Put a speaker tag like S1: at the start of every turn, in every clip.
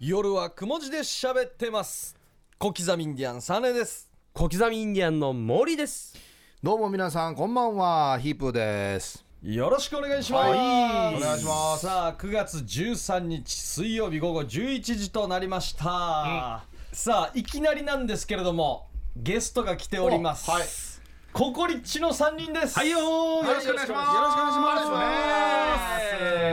S1: 夜はくも字で喋ってます小刻みインディアンサネです
S2: 小刻みインディアンの森です。
S3: どうも皆さんこんばんはヒープーです
S1: よろしくお願いします、
S3: はいお願いします
S1: さあ9月13日水曜日午後11時となりました、さあいきなりなんですけれどもゲストが来ております、
S3: はい
S1: ココリッチの3人ですはいよ
S4: よろしくお願いします。よろしくお願いします。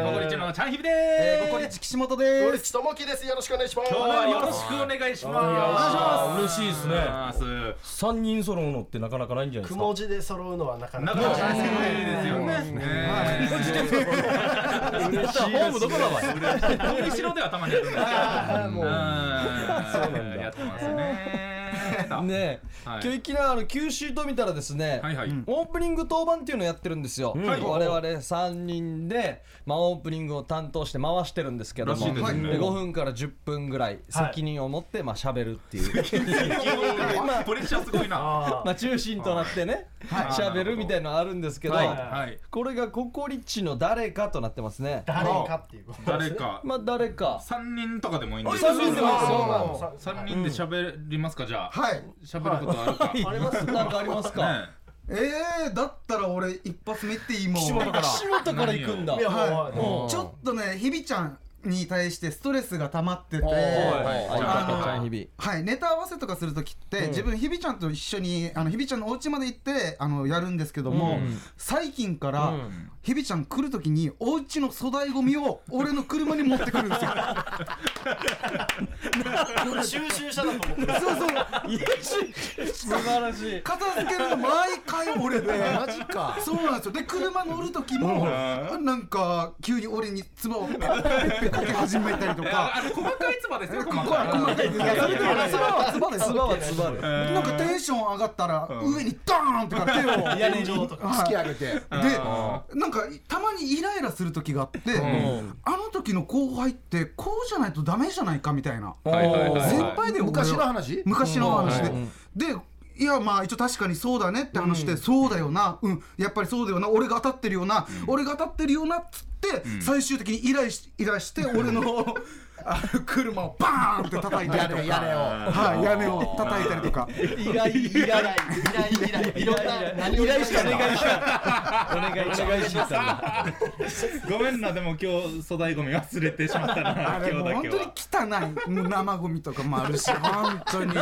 S4: ココリッチのチャンヒビです。ココリッチ岸本
S3: ウ
S4: で
S3: ル。チともきですよろしくお願いします
S4: 今日はよろしくお願いします。嬉しいですね。
S2: 三人揃うのってなかなかないんじゃないですか。
S5: 文字で揃うのはなかな
S4: な
S5: か
S4: かなかないですよね。
S1: ろしくホームどこだわ
S4: ココリチのではたまにやるんですけど。そう
S3: もう
S4: なんだ。やってますね。
S1: ねえ、
S4: はい
S1: 今日いきなりあの九州と見たらですね、
S4: はいはい。
S1: オープニング当番っていうのをやってるんですよ、
S4: はい
S1: 我々3人で、まあ、オープニングを担当して回してるんですけど
S4: らし
S1: も
S4: いですね
S1: 5分から10分ぐらい
S5: はい
S1: 責任を持ってまあ喋るっていう、
S4: プレッシャーすごいな。
S5: あ
S1: まあ、中心となってね
S4: はい
S1: 喋るみたいなのあるんですけど、
S4: はい
S5: は
S4: はい。
S1: これがココリッチの誰かとなってますね
S5: ー誰かっていう
S4: 誰か。
S1: まあ誰か
S4: 三人とかでもいいんです
S1: 三人でもいいですよ
S4: 三人で喋りますかじゃあ。
S6: はい。
S4: 喋ることあるか。ね
S5: あります
S1: なんかありますか、
S6: えー、だったら俺一発目っていいもん。
S1: 岸本から行くんだ
S5: いやは
S6: はい
S1: もう
S6: ちょっとね、ひびちゃんに対してストレスが溜まってて、
S4: はい
S1: 相方ちゃ
S6: あ
S1: ん
S6: の
S1: 日
S6: はい、ネタ合わせとかするときって、自分ひびちゃんと一緒にあのひびちゃんのお家まで行ってあのやるんですけども、最近から、ひびちゃん来るときにお家の粗大ゴミを俺の車に持ってくるんですよ。
S5: 収集者だと思って
S6: そうそう。
S1: 々素晴らしい
S6: 片付けるの毎回俺で。
S3: マジか
S6: そうなんですよで車乗る時もなんか急に俺に唾をペッペッペッかけ始めたりとか
S4: あの細かいつばですよ細
S6: 細
S4: かい。
S6: かいですいやそれで俺それは唾です
S1: つばはつばで
S6: なんかテンション上がったら上にドーンとか手 を
S5: 屋根上とか
S6: は
S3: 突
S6: い
S3: き上げて
S6: でなんかたまにイライラする時があってあの時の後輩ってこうじゃないとダメじゃないかみたいな
S4: はいはいはいはい
S6: 先輩で俺
S3: 昔の話
S6: 昔の話で、
S1: うんうん
S6: でいやまあ一応確かにそうだねって話して、そうだよなうんやっぱりそうだよな俺が当たってるよな、俺が当たってるよなっつって、最終的にイライしイラして俺のあの車をバーンって叩いた
S3: 屋
S6: りと
S3: 根
S6: か。
S3: 屋根を
S6: はい、屋根を叩いたりとか、
S1: 依頼依頼
S5: 依頼依頼いろんな何
S1: 依頼してお願いしたお願いしたお願いしたんだ
S4: ごめんなでも今日粗大ゴミ忘れてしまったな
S6: あれ
S4: 今
S6: もう
S4: 日だ
S6: 本
S4: け
S6: 当に
S4: は。
S6: 汚い、もう生ゴミとかもある し、本当に。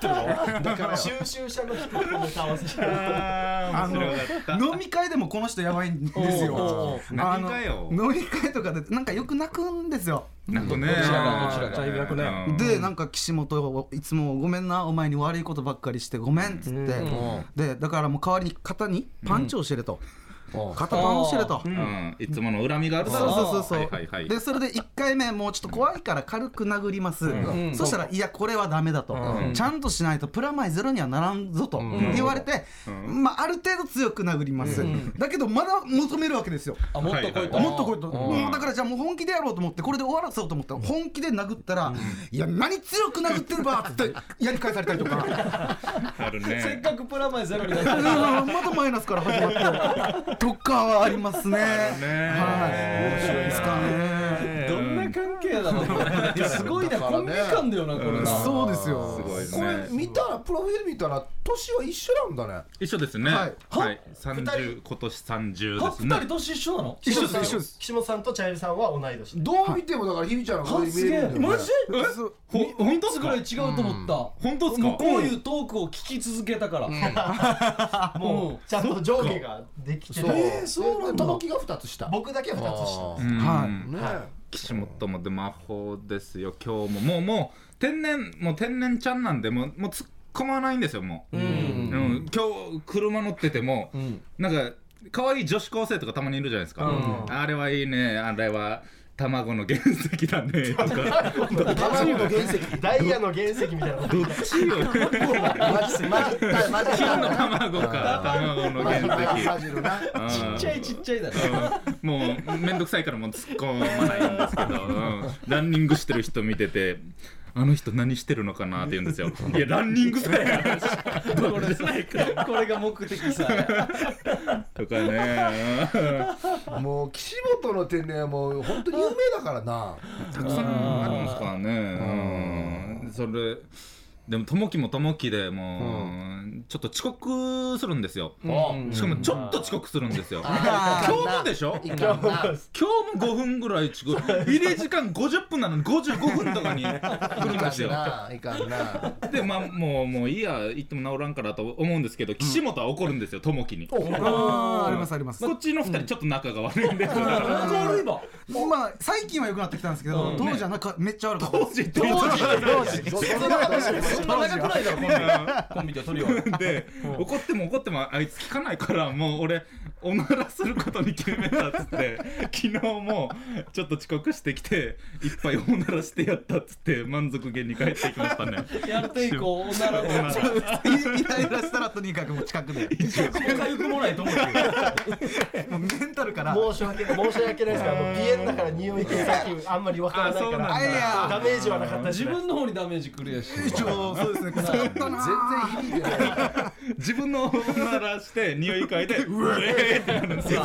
S3: だから
S5: 収集者の人とネタ合わせして
S4: あー面白かった。
S6: 飲み会でもこの人やばいんです
S1: おうおうお
S6: よ
S1: う。
S6: あ
S4: 何
S6: の
S4: かよ
S6: 飲み会とかで、なんかよく泣くんですよ。
S4: なんかね。
S1: ちらがどちらが
S2: だいぶ楽ね。
S4: うん
S6: でなんか岸本はいつも「ごめんなお前に悪いことばっかりしてごめん」っつって、でだからもう代わりに肩にパンチをしてると、肩パンをしてると、
S4: うんいつもの恨みがあるだ
S6: そう
S4: ろ
S6: そうそうそう、
S4: はいはいはい
S6: でそれで1回目もうちょっと怖いから軽く殴ります、
S1: ん
S6: そしたら「いやこれはダメだと」ちゃんとしないとプラマイゼロにはならんぞ」と言われて、まあ、ある程度強く殴ります、だけどまだ求めるわけですよ
S1: あもっと来いと
S6: もっとこれともうだからじゃあもう本気でやろうと思ってこれで終わらせようと思ったら本気で殴ったら「いや何強く殴ってるば!」って やり返されたりとか
S4: ある
S1: せっ
S4: ね。
S1: かくプラマイゼロになった
S6: うんまたマイナスから始まってとかはありますね。
S4: ね
S6: はい面白いですかね。
S4: ね
S1: どんな関係だろうすごいなコンビ感だよなこれな
S6: そうですよ
S4: す。ごい
S3: こ
S4: ね
S3: れ。見たらプロフィール見たら年は一緒なんだね
S4: 一緒ですね。
S6: は
S4: はいい。三十今年三十
S1: あ
S4: で
S1: 二
S4: すね。
S1: 人年一緒なの
S6: 一緒です一緒です。
S5: 岸本さんとチャイルさんは同い年
S3: どう見てもだからひびちゃんの方に見えるんだよね
S1: マジ
S6: そう
S4: ほ本当っ
S1: つ
S4: す
S1: ぐ
S4: から
S1: い違うと思った
S4: 本当っす
S1: もう
S4: か。
S1: こういうトークを聞き続けたから
S5: もうちゃんと上下ができて
S3: そう
S5: る
S1: えーそうなんだ
S3: で届きが二つした
S5: 僕だけ二つ下
S4: うん
S6: はい
S3: ね
S4: 岸本もでも魔法ですよ今日ももうもう天然もう天然ちゃんなんでもうもう突っ込まないんですよもう、うん今日車乗ってても、なんか可愛い女子高生とかたまにいるじゃないですか、あれはいいねあれは卵の原石だね とか
S3: 卵の原石
S5: ダイヤの原石みたいな
S4: どっ ちよ
S3: マジマジはいマジ
S4: 金の卵か卵の
S3: マジ
S4: 原石
S3: マジのな
S4: うん
S1: ちっちゃいちっちゃいだね
S4: うんもうめんどくさいからもう突っ込まないんですけど、うんランニングしてる人見てて。あの人何してるのかなって言うんですよ。 いや、ランニングさえ
S1: これこれが目的さ
S4: とかね。
S3: もう岸本の天然はもう本当に有名だからな
S4: たくさんあるんですからね。それでも友樹も友樹でもうちょっと遅刻するんですよ、
S7: うん
S4: しかもちょっと遅刻するんですよ、
S5: あー
S4: 今日もでしょ
S5: いかんな
S4: 今日も5分ぐらい遅刻入れ時間50分なのに55分とかに来るんです
S5: い
S4: よ
S5: かんないかんな
S4: でまあもうもういいや言っても治らんからと思うんですけど岸本は怒るんですよ友樹に、
S6: あーありますあります
S4: こっちの2人ちょっと仲が悪いんですよ、
S7: 悪いわ
S6: まあ最近は良くなってきたんですけど、当時はなんかめっちゃ悪かった
S4: 当時って言うと
S5: そんなことないです
S7: そんな長くないだろコンビコンビでトリオ
S4: で怒っても怒ってもあいつ聞かないからもう俺おならすることに決めたっつって 昨日もちょっと遅刻してきていっぱいおならしてやったっつって満足げに帰っていきましたね
S7: やるて以降おなら
S4: お
S7: を
S4: なら
S6: イライラしたらとにかくもう近くで
S7: かゆくもないと思うけど
S6: もうメンタルから
S5: 申し訳ない申し訳ないですけどあの鼻炎だから匂い系さっきあんまりわからない
S4: あそう
S5: か
S4: なんだ
S5: ら
S6: あいや
S5: ダメージはなかったし
S7: 自分の方にダメージくるやし
S6: 一応そうですね腐ったな
S3: 全然響いてない。
S4: 自分のおならして匂い嗅いで うえーってなるん ですよ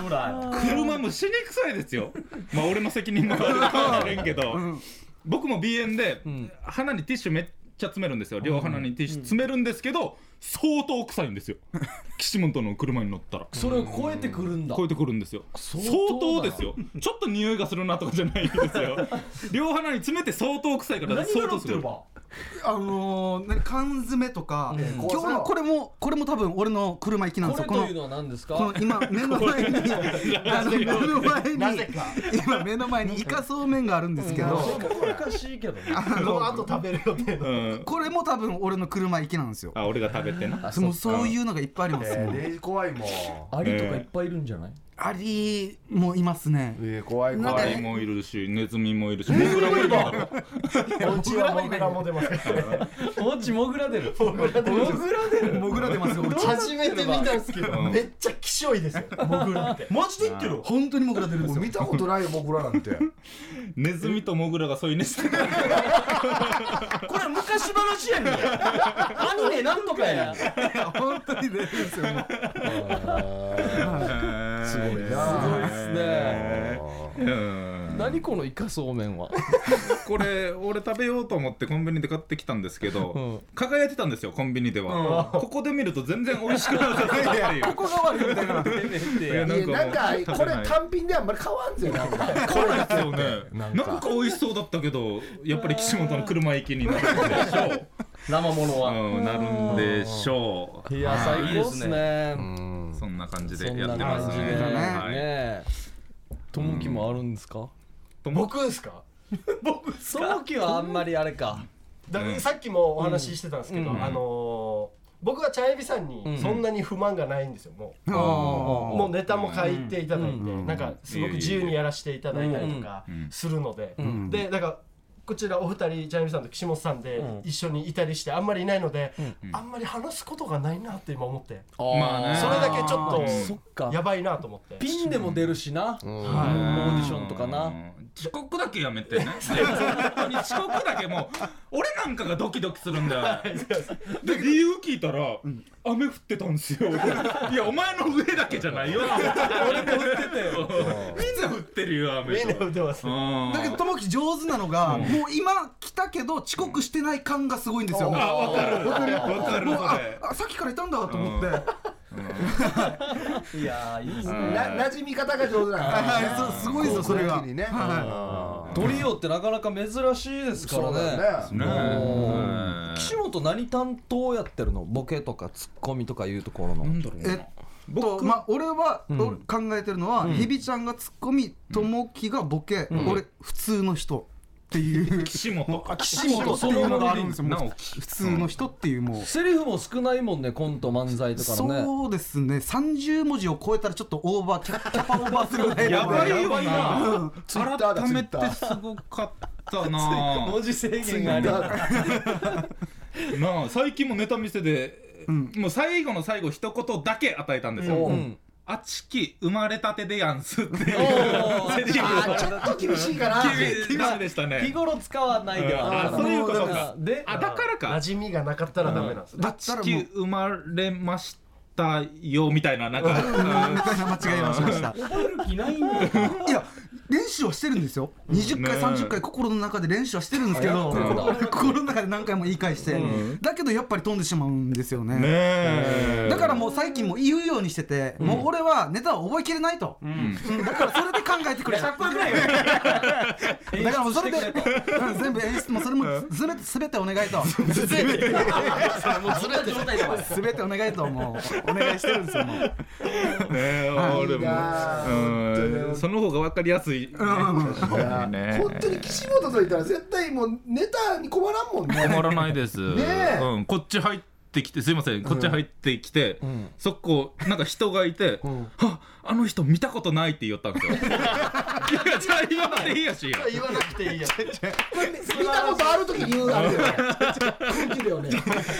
S4: うん
S7: ほら
S4: 車も死に臭いですよま あ俺の責任もあるかもしれんけど、僕も鼻炎で、鼻にティッシュめっちゃ詰めるんですよ両鼻にティッシュ詰めるんですけど、相当臭いん ですよ岸本の車に乗ったら
S7: それを超えてくるんだ
S4: 超えてくるんですよ相
S7: 相
S4: 当
S7: 当だよ
S4: ですよちょっと匂いがするなとかじゃないんですよ 両鼻に詰めて相当臭いから
S7: 何
S4: 相
S7: がな
S4: 当
S7: っ
S4: す
S7: て
S4: ご
S7: れ
S4: い
S7: ば
S6: あのー、何缶詰とか、今日のこれもこれも多分俺の車行きなんで
S7: こ
S6: す
S7: れ
S6: よこと
S7: いう
S6: の
S7: のは何です
S6: この
S7: か
S6: 今目の前にあの目の
S5: な
S6: 前に
S5: ぜか
S6: 今目の前にイカそうめんがあるんですけど、
S7: それもおかしいけどね
S6: あ
S5: この
S6: の
S5: 後食べる予定の
S4: うん
S6: これも多分俺の車行きなんですよ
S4: あ俺が食べてな
S6: もうそういうのがいっぱいありますもん
S5: レジ怖いもん
S7: アリとかいっぱいいるんじゃない
S6: アリもいますね
S3: えー怖い
S6: なん
S3: 怖
S6: か
S4: ア
S3: い。
S4: リもいるしネズミもいるしモグラもいるから
S5: おうちはモグラも出ますから
S7: おちもぐら出る
S5: モグラ出ます
S6: モグラ出ますよ俺
S5: 初めて見たんですけどめっちゃ希少いですよモグラって
S6: マジで言ってる本当にモグラ出るんです
S3: もう
S6: よ
S3: 見たことないよ、僕らなんて。
S4: ネズミとモグラが添い寝してた
S1: これ昔話やねんアニメなんとかやねん
S6: 本当に出るんですよもう
S4: すごい
S3: な
S7: すごいっすね
S4: うん
S7: 何このイカそうめんは
S4: これ俺食べようと思ってコンビニで買ってきたんですけど、
S7: ん
S4: 輝いてたんですよコンビニでは、ここで見ると全然美味しくなかったっていう
S6: ここが悪いみた いな
S4: や
S3: いや、なん
S4: も
S3: か、
S4: う食べ
S3: これ
S4: ない
S3: 単品であんまり買わんぜ、なんか。
S4: そうなんですよねな
S3: なんんか
S4: か美味しそうだったけどやっぱり岸本の車行きになるんでしょ
S7: 生もの
S4: う、
S7: は
S4: うん、なるんでしょう
S7: いや最
S4: はい
S7: 高っすね
S4: そんな感じで
S7: そん
S4: や
S7: な
S4: ってま
S7: 感
S4: す
S7: じ
S4: ね
S7: で
S6: そんな感
S4: はい
S7: ねともきもあるんですか
S5: 僕ですか
S7: ともきはあんまりあれか
S5: だ
S4: うん
S5: さっきもお話ししてたんですけど、
S7: うん
S5: あのー僕は茶エビさんにそんなに不満がないんですよもう、
S6: あ
S5: もうネタも書いていただいて、
S3: ん
S5: なんかすごく自由にやらせていただいたりとか
S4: うん
S5: するので、
S3: ん
S5: でだからこちらお二人茶エビさんと岸本さんで
S7: ん
S5: 一緒にいたりしてあんまりいないので、あんまり話すことがないなって今思って
S4: まあね
S5: それだけちょ
S4: うん
S5: っ
S7: そっ
S5: とや
S7: か
S5: ばいなと思って
S7: ピンでも出るしな
S5: はい
S7: オーディションとか
S4: う
S7: なん
S4: 遅刻だけやめてね本当に遅刻だけもう俺なんかがドキドキするんだよで理由聞いたら、雨降ってたんですよいやお前の上だけじゃないよ俺も降ってたよみんな降ってるよ雨
S5: みんな腕ます
S4: うん
S6: だけど友樹上手なのが、もう今来たけど遅刻してない感がすごいんですよ、もう
S4: あ分かる分かる分かる
S6: もう
S4: そ
S6: あ
S4: れ
S6: あさっきからいたんだと思って、はい
S7: いやーいいっすね
S3: な、馴染み方が上手なの。
S6: はいそうすごいですよそれが、
S3: こういう時にね
S6: は
S7: トリオってなかなか珍しいですか
S3: そうだ
S7: ら
S3: よね。
S7: ね
S4: ね
S7: うん
S4: うん
S7: 岸本何担当やってるのボケとかツッコミとかいうところの
S4: なんだろう
S6: い、えっとまあ俺は、俺考えてるのは、ひびちゃんがツッコミ友樹がボケ、俺普通の人っていう
S4: 岸本
S6: 岸本っていうのがあるんですよもう
S4: 直
S6: 普通の人っていうもう、
S7: セリフも少ないもんねコント漫才とかのね
S6: そうですね30文字を超えたらちょっとオーバーキャキャパオーバーするぐらい
S4: やばいよな
S3: ツイッターだ
S4: 改めて
S3: ツイッター
S4: すごかったな
S7: 文字制限があり
S4: なあ最近もネタ見せで、もう最後の最後一言だけ与えたんですよ「
S7: ん
S4: あちき生まれたてでやんす」っていう
S7: おー
S4: セリフを
S3: ちょっと厳しいかな。
S4: 君ダメでした
S7: 日
S4: ね
S7: 頃使わないでは
S4: あー
S7: な
S4: そういうことか
S7: で
S4: あだからか
S5: 馴染みがなかったらダメなんですよ、
S4: 「あちき生まれましたよ」みたいななんか
S6: みたいな間違いをしました。
S7: 覚える気ないんだ
S6: いや、練習はしてるんですよ20回
S4: ね
S6: 30回心の中で練習はしてるんですけど
S4: あやってるん
S6: 心の中で何回も言い返してだけどやっぱり飛んでしまうんですよ
S4: ね
S6: ね
S4: え
S6: だからもう最近も言うようにしててもう俺はネタを覚えきれないとうんだからそれで考えてくれ100分ぐらい だからもうそれ でうん全部演出もそれもずれすべてお願いと
S8: もうずれた状態だわ
S6: すべてお願いともうお願いしてるんですよもう
S4: ねえ俺もうんその方が分かりやすいね確かにね
S3: 本当に岸本といたら絶対もうネタに困らんもん ね
S4: 困らない です、
S3: え
S4: うん、こっち入ってきてすいませんこっち入ってきて、そこなんか人がい て「はあの人見たことない」って言ったん ですよいやじゃあ言わなくていいやし
S5: 言わなくていいや
S3: 見たことある時に言うあれだよね空気だよね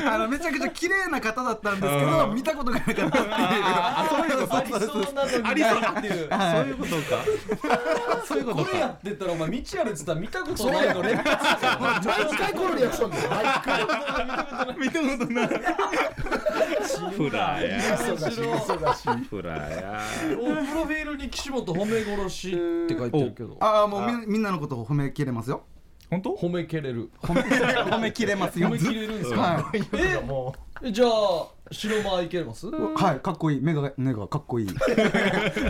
S6: あのめちゃくちゃ綺麗な方だったんですけど見たことがなかった
S1: あそういうことありそうなのにないっていう
S4: そういうことかそういうこと
S1: これや
S4: か
S1: ってたらお前道あるっつったら見たことないの連発
S3: 毎回このリアクションだよ毎回
S4: 見たことない フラや
S3: 忙しい忙しい
S4: フラや
S1: おプロフィールに岸本褒め殺しって書いてるけど
S6: ああもうみみんなのことを褒めきれますよ
S4: 本当
S1: 褒めきれる
S6: 褒め褒めきれますよ
S1: 褒めきれるんですか
S6: は
S1: え
S5: も
S1: じゃあ白間いけます
S6: い、はい、かっこいい目が目がかっこいい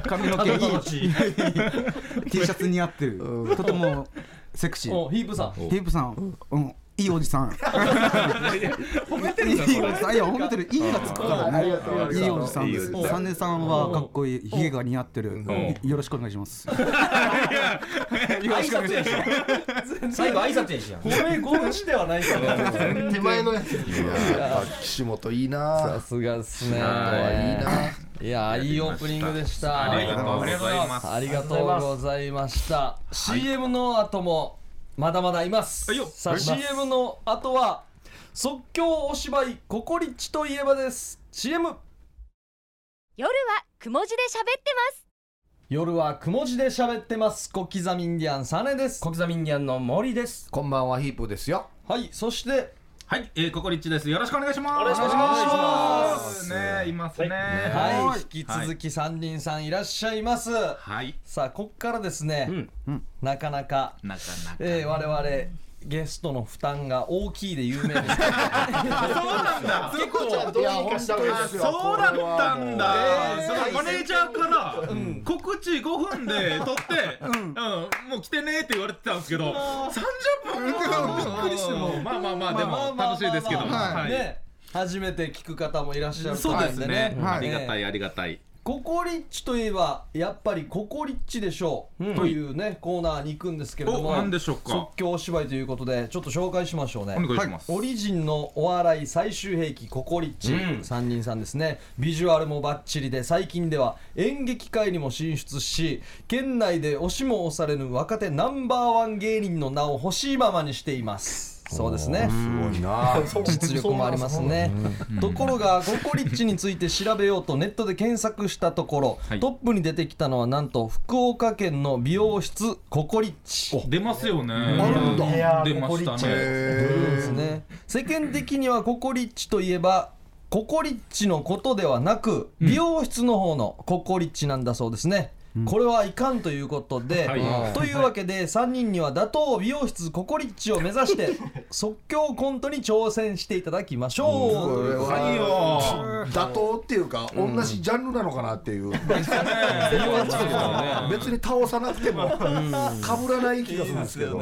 S6: 髪の毛いい T シャツ似合ってるとてもセクシー
S1: おヒープさん
S6: テープさん、うん、いいおじさん
S4: 褒めて
S6: い
S4: る
S6: い
S4: じゃ
S6: お
S4: んこ
S6: じ
S4: れ
S6: さんいや褒めてるいいがつくから
S3: ありが
S6: ね
S3: とうありが
S6: い
S3: と
S6: いうおじさんです
S1: うん
S6: サネさんはかっこいいひげが似合ってるよろしくお願いします
S8: 挨拶やし最後挨拶やしやん
S1: 褒め殺しではないから
S5: う手前のやつ
S3: いややっぱ岸本いいな
S1: さすがっすね
S3: いいない
S1: やいいオープニングでした
S4: ありがとうございます
S1: ありがとうございました。CM の後もまだまだいます。
S4: はいよ
S1: さあ CM の後は即興お芝居ココリッチといえばです CM。
S9: 夜はくも字で喋ってます
S1: 夜はくも字で喋ってます小刻みインディアンサネです。
S8: 小刻みインディアンの森です
S10: こんばんはヒープーですよ
S1: はいそして
S4: はい、えー、ココリッチですよろしくお願いしますお願いしますねいますね
S1: はい、
S4: はい
S1: 引き続き三人さんいらっしゃいます。
S4: はい
S1: さあこっからですね、なかなか
S4: なかなか
S1: えー、我々ゲストの負担が大きいで有名です
S5: 結構ちゃんどうにかした方がいいですよ
S4: そうだったんだ、
S1: えー
S4: そのマネージャーから、告知5分で撮って、うんもう来てねって言われてたんですけど30分びっくりしてもまあまあまあでも楽しいですけど
S1: まあまあまあ
S4: はい
S1: ね初めて聞く方もいらっしゃると
S4: そう
S1: 思
S4: で
S1: うん
S4: す
S1: で
S4: ね
S1: ね、
S4: ありがたいありがたい
S1: ココリッチといえばやっぱりココリッチでしょう、というねコーナーに行くんですけれども
S4: お何でしょうか
S1: 即興お芝居ということでちょっと紹介しましょうね
S4: お願いします、
S1: オリジンのお笑い最終兵器ココリッチ、三人さんですねビジュアルもバッチリで最近では演劇界にも進出し県内で押しも押されぬ若手ナンバーワン芸人の名を欲しいままにしていますそうですね
S10: すごいな
S1: 実力もありますねところがココリッチについて調べようとネットで検索したところ、
S4: はい
S1: トップに出てきたのはなんと福岡県の美容室ココリッチ
S4: 出ますよね
S3: るんだ
S5: いや
S4: 出
S5: ー
S4: ま
S5: ココ
S4: し
S5: リ
S4: た
S5: ッチ
S4: ね
S1: ですね世間的にはココリッチといえばココリッチのことではなく、美容室の方のココリッチなんだそうですね、これはいかんということで、
S4: はい
S1: というわけで3人には打倒美容室ココリッチを目指して即興コントに挑戦していただきましょう、
S4: はいよ
S3: 妥当っていうか同じジャンルなのかなっていう別に倒さなくてもかぶらない気がするんですけど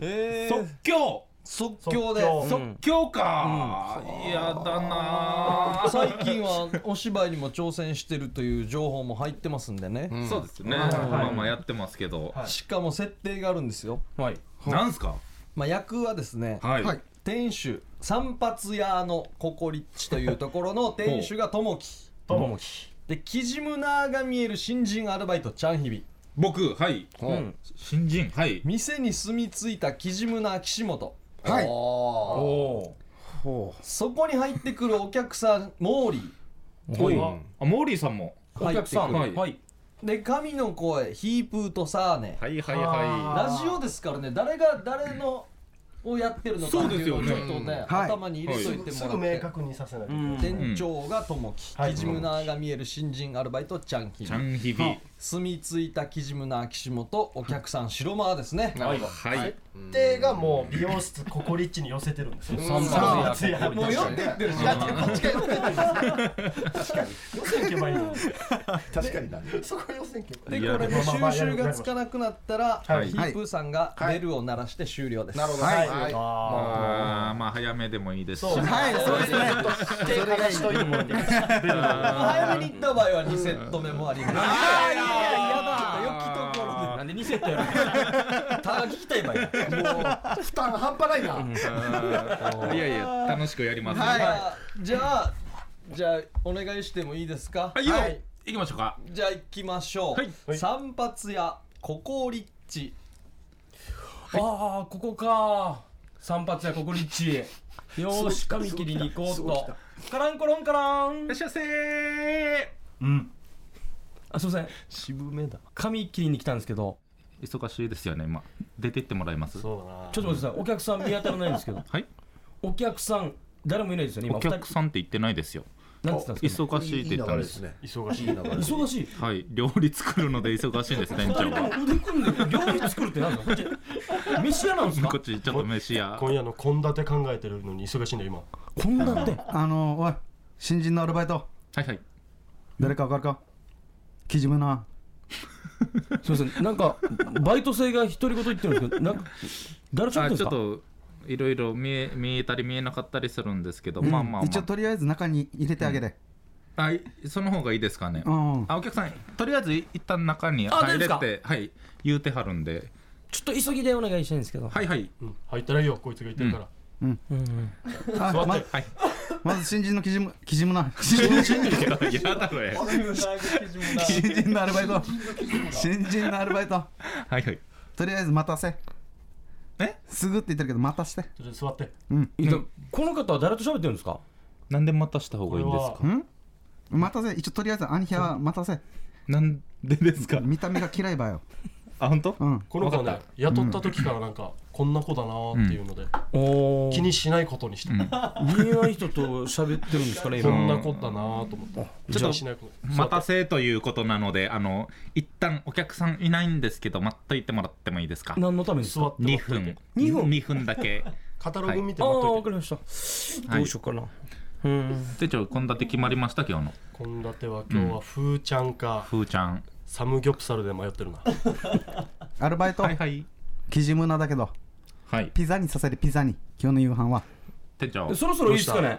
S1: えー
S4: 即興
S1: 即興で
S5: 即
S4: 即興か、いやだな
S1: 最近はお芝居にも挑戦してるという情報も入ってますんでね、
S4: そうですね、まあまあやってますけど、
S1: しかも設定があるんですよ、
S8: はい
S4: なんすか
S1: まあ、役はですね、
S4: はい、
S6: はい
S1: 店主散髪屋のココリッチというところの店主がともき
S5: とも
S1: でキジムナーが見える新人アルバイトちゃんひび
S4: 僕はい、
S8: うん
S4: 新人はい
S1: 店に住み着いたキジムナー岸本
S6: はい
S8: おお
S1: そこに入ってくるお客さんモーリ
S8: はい
S4: あモーリーさんも
S1: ー入ってくる
S4: はい
S8: はい
S1: で神の声ヒープーとサーネ
S4: はいはい
S5: は
S4: は
S1: ラジオですからね誰が誰の
S7: をやってるのかっていうの
S4: そう
S7: を
S4: で
S7: ち
S4: す
S7: ょ
S4: よ
S7: っ
S4: ね
S7: とね
S6: はい
S7: 頭に入れといて
S5: す
S7: も
S5: ぐ
S7: ら
S5: 明
S7: って。
S5: 確にさせないと
S1: う
S5: いけない
S1: ん
S7: 店長が友樹、
S5: はい
S7: キジムナーが見える新人アルバイトチャンキ
S4: ちゃ
S7: ン
S4: ん日々
S7: 住み着いたキジムナー岸本お客さん白間ですね
S1: はい
S4: はい
S5: 設定がもう美容室ココリッチに寄せてるんですよ。
S1: 三番目や
S7: もう酔ってってるし
S5: だってこっちが寄せてるんですよ。寄せんけばいいのに。
S11: 確かにな。
S5: そこ寄せんけばい
S7: で
S5: い。
S7: これで収集がつかなくなったら、
S5: はい
S7: ヒープーさんがベルを鳴らして終了です、
S3: なるほど。
S5: はい
S3: はい。
S4: あーまあ早めでもいいですし
S5: そう
S6: はいそうですね
S5: 手剥がしといてもらって
S7: 早めに行った場合は2セット目もあります、
S1: いやいややだ
S7: 良きところ
S1: なんで2セットやるただ聞きたいばい
S11: 負担半端ないな。
S4: いやいや楽しくやります
S7: で、じ
S4: は
S7: ゃあじゃあじゃあお願いしてもいいですか、
S4: いいいよ行きましょうか
S7: じゃあ行きましょう、
S4: はい
S7: 散髪屋ココリッチ
S1: ああここか散髪やここリッチよーし髪切りに行こうっとカランコロンカラン
S4: いらっしゃいませー
S1: あすいません
S7: 渋めだ
S1: 髪切りに来たんですけど
S4: 忙しいですよね今出てってもらえます
S5: そうな
S1: ちょっと待ってくださいお客さん見当たらないんですけど
S4: はい
S1: お客さん誰もいないですよね今
S4: お客さんって言ってないですよ
S1: んなんて言ったんですか
S4: 忙しいって言ったんです
S11: ね。
S5: 忙
S11: い
S5: しい
S11: い流れ。
S1: 忙しい
S4: はい料理作るので忙しいんです店長
S1: でも
S4: は
S1: 腕組んで料理作るって何なのこっち飯屋なんですか
S4: こっちちょっと飯屋
S5: 今夜の献立考えてるのに忙しいんだ今
S1: こんなって
S6: あのおい新人のアルバイト
S4: はいはい
S6: 誰かわかるかキジムナ
S1: すみませんなんかバイト生が独り言言ってるんですけどなんか誰ちゃっ
S4: あ
S1: てんで
S4: ち
S1: す
S4: ょっ
S1: か
S4: といろいろ見え見えたり見えなかったりするんですけど、
S6: ー
S4: まあまあ、
S6: うん一
S4: ま
S6: 応とりあえず中に入れてあげて
S4: あ、あいその方がいいですかね、
S6: うん
S4: あお客さんとりあえず一旦中に入れ
S1: 大丈夫
S4: てはい言うてはるんで
S1: ちょっと急ぎでお願いしたいんですけど
S4: はいはい
S5: うん入ったらいいよこいつが言ってるから
S6: あま
S4: はい
S6: まず新人のキジムキジムナ 新人
S4: やだこれはい
S6: 新人のアルバイト新人のアルバイト
S4: はい
S6: とりあえず待たせ
S4: え
S6: すぐって言ってるけど待たして
S5: ちょっと座って
S1: いやこの方は誰と喋ってるんですか
S4: なんで待たした方がいいんです
S5: こ
S4: か
S5: れ
S6: 待たせ一応とりあえずアニヒャは待たせ
S4: なんでですか
S6: 見た目が嫌いばよ
S4: あ本当
S6: うん
S5: この子は
S4: わ
S5: ね
S4: か
S5: 雇った時からなんかこんな子だなーっていうので
S1: お
S5: 気にしないことにして
S1: 見えない人と喋ってるんですかね
S5: こ
S1: 今
S5: んな子だなーと思って気
S1: じゃあ
S5: にしないこと
S4: 待たせということなのであの一旦お客さんいないんですけど待っといてもらってもいいですか
S1: 何のためです
S5: 座
S1: か
S5: って
S4: 2
S5: 待っとい
S4: 分
S5: て
S4: 2分2分だけ
S5: カタログ見て
S1: あ
S5: 待っ
S1: あわ
S5: と
S1: か
S5: い
S1: り
S5: て
S1: ました
S4: はい
S1: どうしようかなうん
S4: 店長献立決まりました今日の
S5: 献立は今日はふーちゃんか
S4: ふーちゃん
S5: サムギョプサルで迷ってるな
S6: アルバイト
S4: はいはい
S6: キジムナだけど
S4: はい
S6: ピザにさせるピザに今日の夕飯は
S4: 店長
S1: そろそろいいですかね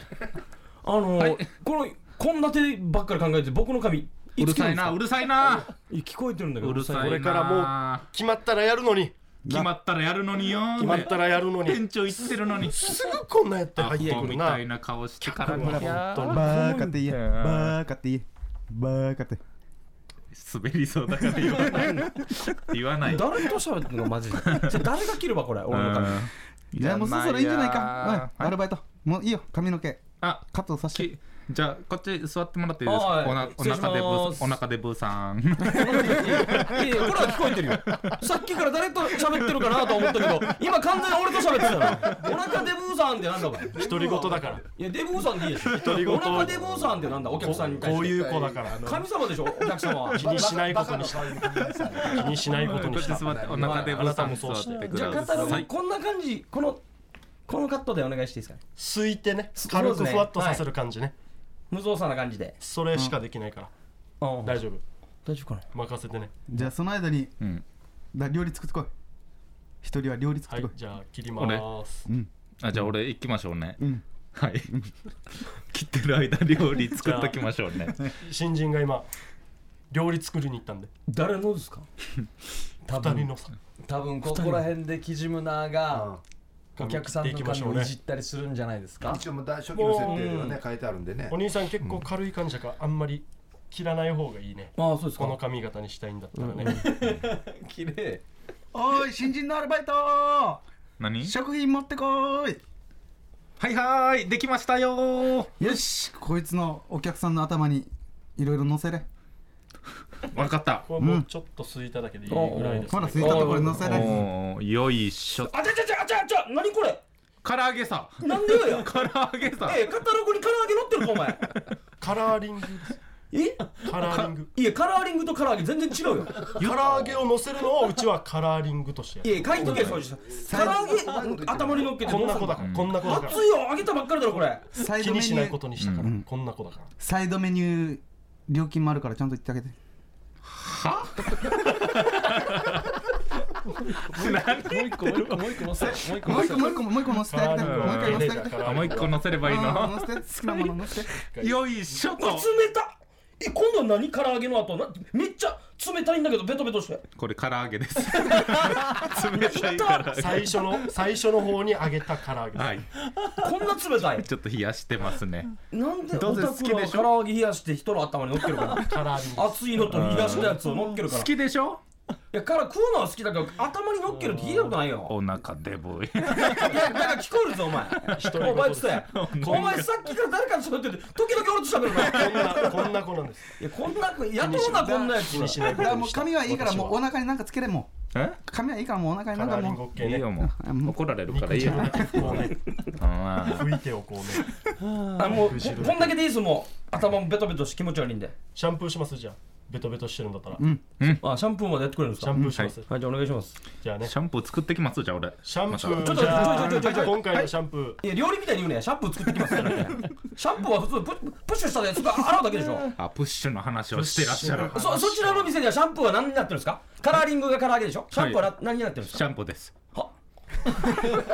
S1: あのーこの献立ばっかり考えて僕の髪
S4: うるさいなう
S1: つ
S4: るさい
S1: 切るんで
S4: な
S1: すかいや聞こえてるんだけど
S4: うるさいな
S5: これからも決まったらやるのに
S4: 決まったらやるのによ
S5: 決まったらやるのに
S4: 店長言ってるのに
S5: すぐこんなやって
S4: ア
S5: 入って
S4: ホ
S5: くる
S4: みた
S5: ない
S4: な顔してからに
S5: 本当に
S6: バーカって言えバーカって言えバーカって
S4: 滑りそうだから言わない言わない
S1: 誰と喋ってるのマジ でじゃあ誰が切るわこれ俺の髪
S4: うん
S6: じゃあもうそろそろいいんじゃないか
S4: や
S6: うんアルバイトもういいよ髪の毛
S4: あ
S6: カットさせて
S4: きじゃあこっち座ってもらっていいです
S1: はい
S4: かおなお
S1: 失礼します
S4: 腹でブーお腹でブーさん
S1: いやいやこれは聞こえてるよさっきから誰と喋ってるかなと思ったけど今完全に俺と喋ってたなお腹デブーさんってなんだお前
S5: 独り言だから
S1: いやデブーさんでいいでしょ
S5: 言
S1: お腹デブーさんってなんだお客さんに対
S5: こ
S1: して
S5: ういう子だから
S1: 神様でしょお客様は
S5: 気にしないことにした気にしないこと
S4: こ
S5: に
S4: っち
S5: した
S4: 座ってお腹でブーさ
S5: あなたも
S4: ん
S5: そうし
S4: 座
S5: て
S4: ってく
S1: じゃあ
S4: だ
S1: カタロ
S4: さ
S1: グ
S4: い
S1: こんな感じこのこのカットでお願いしていいですかね
S5: すいてね
S1: そうですね
S5: 軽くふわっとさせる感じね
S1: 無造作な感じで
S5: それしかできないから
S1: 大
S5: 大丈夫
S1: 大丈夫かな
S5: 任せてね
S6: じゃあその間に
S4: うん
S6: だ料理作ってこい一人は料理作
S5: は
S6: っ
S5: い
S6: てこ
S5: じゃあ切りまーす
S4: あじゃあ俺行きましょうね
S6: ん
S4: はい切ってる間料理作っときましょうね
S5: 新人が今料理作りに行ったんで
S1: 誰のですか
S7: 多
S5: 二人
S7: 分
S5: のさ
S7: 多分ここら辺でキジムナーがお客さん
S5: 行
S7: の
S5: きまし
S7: 髪
S5: ょう
S7: をい
S5: ね
S7: じったりするんじゃないですか
S11: 一応もう大初期の設定ではね書いてあるんでね
S5: お。兄さん結構軽い感じだからあんまり切らない方がいいね
S1: ああそうです
S5: この
S1: か
S5: 髪型にしたいんだったらね
S7: 綺麗
S6: いおい新人のアルバイト
S4: 何
S6: 食品持ってこい
S4: はいはーいできましたよー
S6: よしこいつのお客さんの頭にいろいろ乗せれ
S4: 分かった
S5: これもうちょっとすいただけでいいぐらいです、
S6: まだツイッターとこれ載せないです
S4: おーよいしょ
S1: あちゃちゃちゃちゃちゃ何これ
S4: 唐揚げさ
S1: なんでよ や
S4: 唐揚げさ
S1: ええカタログに唐揚げ乗ってるかお前
S5: カラーリングです
S1: え
S5: カラーリング
S1: いやカラーリングと唐揚げ全然違うよ
S5: 唐揚げを乗せるのをうちはカラーリングとしてや
S1: い
S5: る
S1: や書いとけそうした唐揚げ頭に乗っけて
S5: こんな子だ
S1: か
S5: からこんな子だから
S1: 熱いよ揚げたばっかりだろこれ
S6: サイ
S5: 気
S6: ドメ
S5: に
S6: ニ
S5: しない
S6: ュ
S5: こ
S6: ー
S5: とにしたからこんな子だから
S6: サイドメニュー料金もあるからちゃんと言ってあげてもう一個もう一個ももう一個載せてあげてもう一回載せてあげて
S4: あもう一個乗せればいい
S6: あ
S4: な
S6: ー載せて好きなもの載せて
S4: よいしょ
S1: うわ
S4: と
S1: 冷たえ今度は何唐揚げの後なめっちゃ冷たいんだけどベトベトして
S4: これ唐揚げです
S1: 冷たいから
S5: 最初の最初の方に揚げた唐揚げ
S4: はい
S1: こんな冷たい
S4: ちょっと冷やしてますね
S1: なんで
S4: ど
S1: オ
S4: うせ
S1: タ
S4: 好き
S1: クは
S4: でしょ
S1: 唐揚げ冷やして人の頭に乗っける から
S5: 唐揚げ
S1: 熱いのと冷やしたやつを乗っけるから
S4: 好
S1: い
S4: きでしょ
S1: やから食うのは好きだけど頭に乗っけるって聞いたことないよ
S4: お腹デブい
S1: いやなんか聞こえるぞお前
S5: 言
S1: お前つってお前さっきから誰かと喋ってて時々俺と喋るな
S5: こんなこんな子なんです
S1: いやこんな雇うなこんなやつ
S5: 気にしないこ
S6: だか
S5: と
S6: らも
S5: に
S6: う
S5: した
S6: 髪はいいからもうお腹になんかつけれも
S4: え
S6: う髪はいいからもうお腹に
S5: カ
S6: なん
S5: ラー
S6: か
S5: リン
S6: も
S5: グ
S6: う
S5: OK
S4: いい
S5: ね
S4: よもう怒られるからいいよ
S5: こうね
S4: あ
S5: 拭いておこうね
S1: あもうここんだけでいいですもう頭もベトベトして気持ち悪いんで
S5: シャンプーしますじゃあベトベトしてるんだったら
S1: あシャンプーまでやってくれるんです
S5: シャ
S1: か
S5: ンプーします
S1: はいじゃあお願いします
S5: じゃあ
S4: ー
S5: ね
S4: シャンプー作ってきますじゃあ俺
S5: シャンプー
S1: ちょっと
S5: じゃあ
S1: ちょっとちょっとちょっと
S5: 今回のシャンプ
S1: いや料理みたいに言うねシャンプー作ってきますからねシャンプーは普通ププッシュしたらすぐ洗うだけでしょ
S4: あプッシュの話をしてらっしゃる
S1: そそちらの店ではシャンプーは何になってるんですかカラーリングが唐揚げでしょシャンプーはな、何になってるんです
S4: シ
S1: か
S4: ャンプーです
S5: ーシ
S7: シャンプーはシ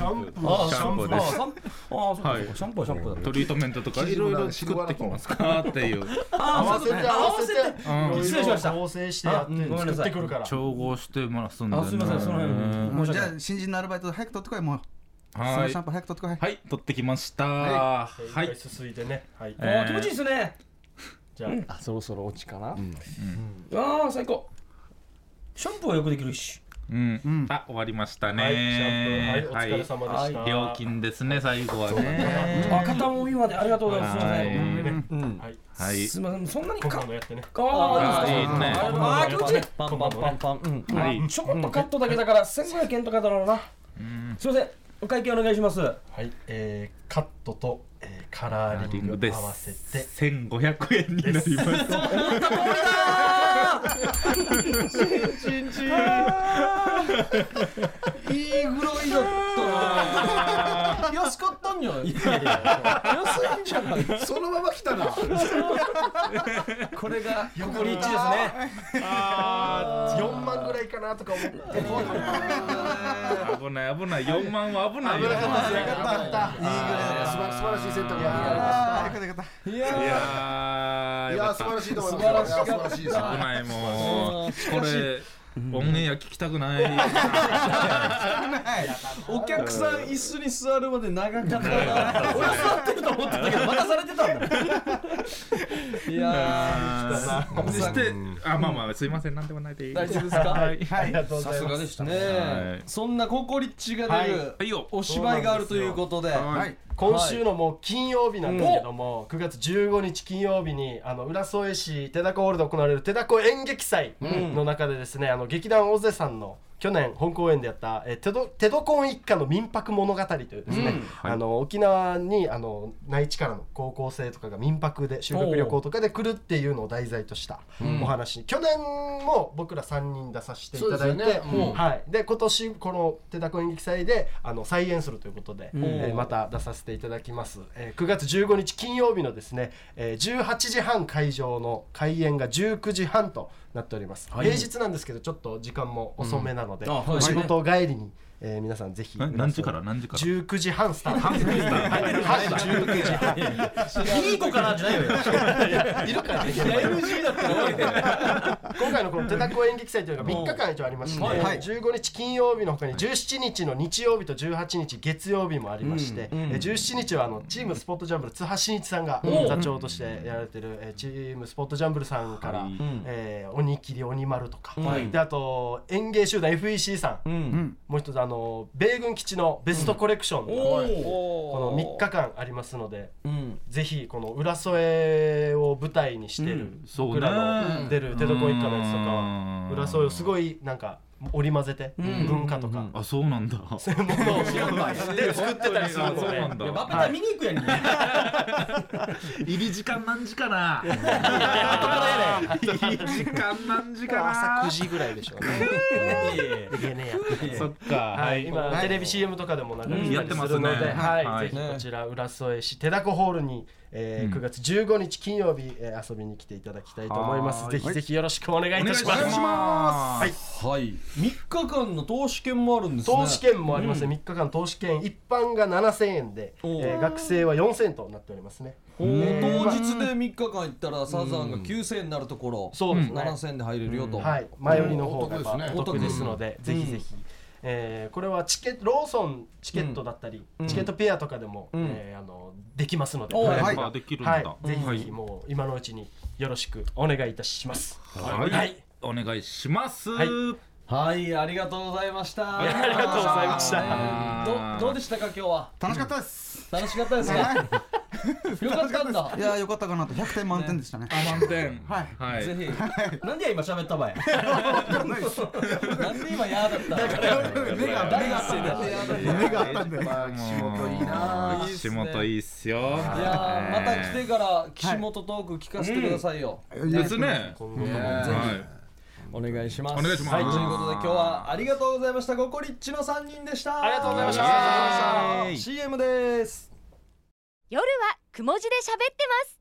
S7: ャン
S5: ャン
S7: プー
S5: プーは
S4: シャンプーです
S1: あシャンプーあそうかそうかシャンプーはシャンプーだ
S4: トリートメントとかいろいろ作ってきますかっていう
S1: あ
S5: 合わせて
S1: そういうことね合わせて
S4: 合わ
S5: いろいろ
S1: 失礼しました
S5: 構成してやって
S1: あうんごめんなさい
S5: 作ってくるから
S4: 調合してますんで、ね、
S1: あすいませんその辺
S6: もう
S1: 申し
S6: じ
S1: 訳ない
S6: ゃあ新人のアルバイト早く取ってこいもうそ
S4: は
S6: の
S4: い
S6: シャンプー早く取ってこい
S4: はい取ってきましたは
S5: 一
S4: い
S5: 回すすいでねはい
S4: え
S1: あー気持ちいいですね
S5: じゃあ
S11: あそろそろ落ちかな
S1: ああ最高シャンプーはよくできるし
S4: うん、あ終わりましたね
S5: はいシャンプーはいお疲れ様でした
S4: はい料金ですね最後はね
S1: あ肩もみまでありがとうございますすいま
S4: は
S1: せん
S4: い
S5: はい
S4: はい
S1: すみません、そんなに
S5: 今
S1: か
S5: 回のやってね
S1: かわ
S4: あ
S1: い
S4: ー
S1: いで
S4: いい
S1: す
S4: ね
S1: か。あーあー、気持ちいい。
S7: パンパンパンパンうん
S4: はい
S1: ちょこっとカットだけだから、1500円とかだろうな。すみません、お会計お願いします。
S5: はいえーカットとえーカラーリ
S4: リ
S5: ン
S4: ン
S5: グ
S4: グで
S5: 合わせ
S4: す
S5: て
S4: 1500円になります
S7: 安かったんじゃない
S11: 安いんじゃないそのまま来たな
S1: これが、ここに1ですね。
S5: 4万ぐらいかなとか思って
S4: 危ない危ない4万は危ないよ
S11: いいぐらい素晴素晴らしい選択が
S6: あーよかったよかっ
S4: いやー
S11: い
S4: よ
S11: やー
S4: かっ
S11: 素晴らし
S4: た
S11: いと思いますいや素晴らしいです
S4: 危ないもうこれオンエア聞きたくない
S7: お客さん椅子に座るまで長かった
S1: 俺は座ってると思ってたけど、任されてたんだ。
S7: いや
S4: そしてあまあまあすいませんなんでもないでいい
S7: 大丈夫です
S4: は
S7: か
S4: い
S5: ありがとうございます
S1: でした
S7: ね
S4: はい
S7: えそんなココリッチが出る
S4: はいよ
S7: お芝居があるということで
S4: はい
S5: 今週のもう金曜日なんですけども、9月15日金曜日にあの浦添市手凧ホールで行われる手凧演劇祭の中でですね、あの劇団大勢さんの去年本公演でやった「え手ど手どこん一家の民泊物語」というですね、あの沖縄にあの内地からの高校生とかが民泊で修学旅行とかで来るっていうのを題材としたお話、去年も僕ら3人出させていただいて、
S11: そうですよねうん
S5: はい、で今年この手凧演劇祭であの再演するということで、えーまた出させていただきます、えー9月15日金曜日のですね、えー18時半会場の開演が19時半となっております、平日なんですけどちょっと時間も遅めなので、
S1: うんあそうです
S5: 仕
S1: ね
S5: 事帰りに、えー皆さんぜひ
S4: え何時から何時から
S5: 19時半スタート はい19時半
S1: いい子かなじゃないよ。
S5: いるからね現場に
S1: NG だったら終わ
S5: 今回のこの手凧演劇祭というのが3日間以上ありまして、
S1: はいはい
S5: 15日金曜日のほかに17日の日曜日と18日月曜日もありまして、えー17日はあのチームスポットジャンブル津波真一さんが座長としてやられてる、えーチームスポットジャンブルさんから、
S4: はい
S5: えー鬼切り鬼丸とか、であと演芸集団 FEC さん
S7: うん
S5: もう一つあの米軍基地のベストコレクションが、この3日間ありますので、ぜひこの浦添を舞台にしてる、
S4: そうね
S5: 僕らの出る「テドコン一家」のやつとかは
S4: うん
S5: 浦添をすごいなんか織り交ぜて、文化とか、
S4: あそうなんだ
S5: そういうものをで作ってたりするの
S4: そうなん
S5: で。
S4: だ
S1: いやバッペタ見に行くやんけ。
S4: 入り時間何時かな入り時間何時かな
S5: 朝9時ぐらいでしょうね。できねえや
S4: そっか
S5: はい、今テレビ CM とかでも流れてたりするの
S4: うんやってます
S5: で、
S4: ね
S5: は、
S4: はいい
S5: ぜひこちら浦添市手だこホールに、えー9月15日金曜日えー遊びに来ていただきたいと思います。
S4: はい
S5: ぜひぜひよろしくお願いいたし
S4: お
S5: ま
S4: 願い
S5: す
S4: し。ます
S5: はい
S7: はい3日間の投資券もあるんですね
S5: 投資券もありますね。3日間投資券一般が7000円で、え
S7: おう
S5: ー学生は4000円となっておりますね。
S7: ほう当日で3日間行ったらサザンが9000円になるところ
S5: そうですね
S7: 7000円で入れるよと、
S5: はい、前売りの方
S11: お
S5: が
S11: 得です
S5: ま
S11: ね
S5: あお得ですので、ぜひぜひ、えーこれはチケットローソンチケットだったり、チケットペアとかでも、えーあのできますので、
S7: お
S5: はい
S4: はいあできるんだ
S5: はい、ぜひ
S4: は
S5: ぜ
S4: い
S5: ひもう今のうちによろしくお願いいたします。
S4: はい、
S5: はい
S4: お願いします、
S5: い
S7: はいありがとうございましたあ
S5: りがとうございました
S7: どどうでしたか今日は
S6: 楽しかったです。
S7: 楽しかったですか よかったんだ
S6: いや、よかったかなと、100点満点でしたね。
S4: 満点
S6: はい
S4: はい
S7: ぜ
S1: なんでや今喋ったばい。
S7: ひなんで今嫌だった目が大学生だい
S6: 目があったんで。
S11: まあ岸本いいな
S7: あーいいっす
S4: 岸
S7: ね
S4: 本いいっすよい
S7: やーまた来てから岸本トーク聞かせてくださいよ、
S4: ですね
S5: 今後とも
S4: はい
S7: お願いします
S4: お願いします
S7: はということで今日はありがとうございましたココリッチの3人でした
S5: ありがとうございました
S7: ありがとうございました CM です
S12: 夜はくも字で喋ってます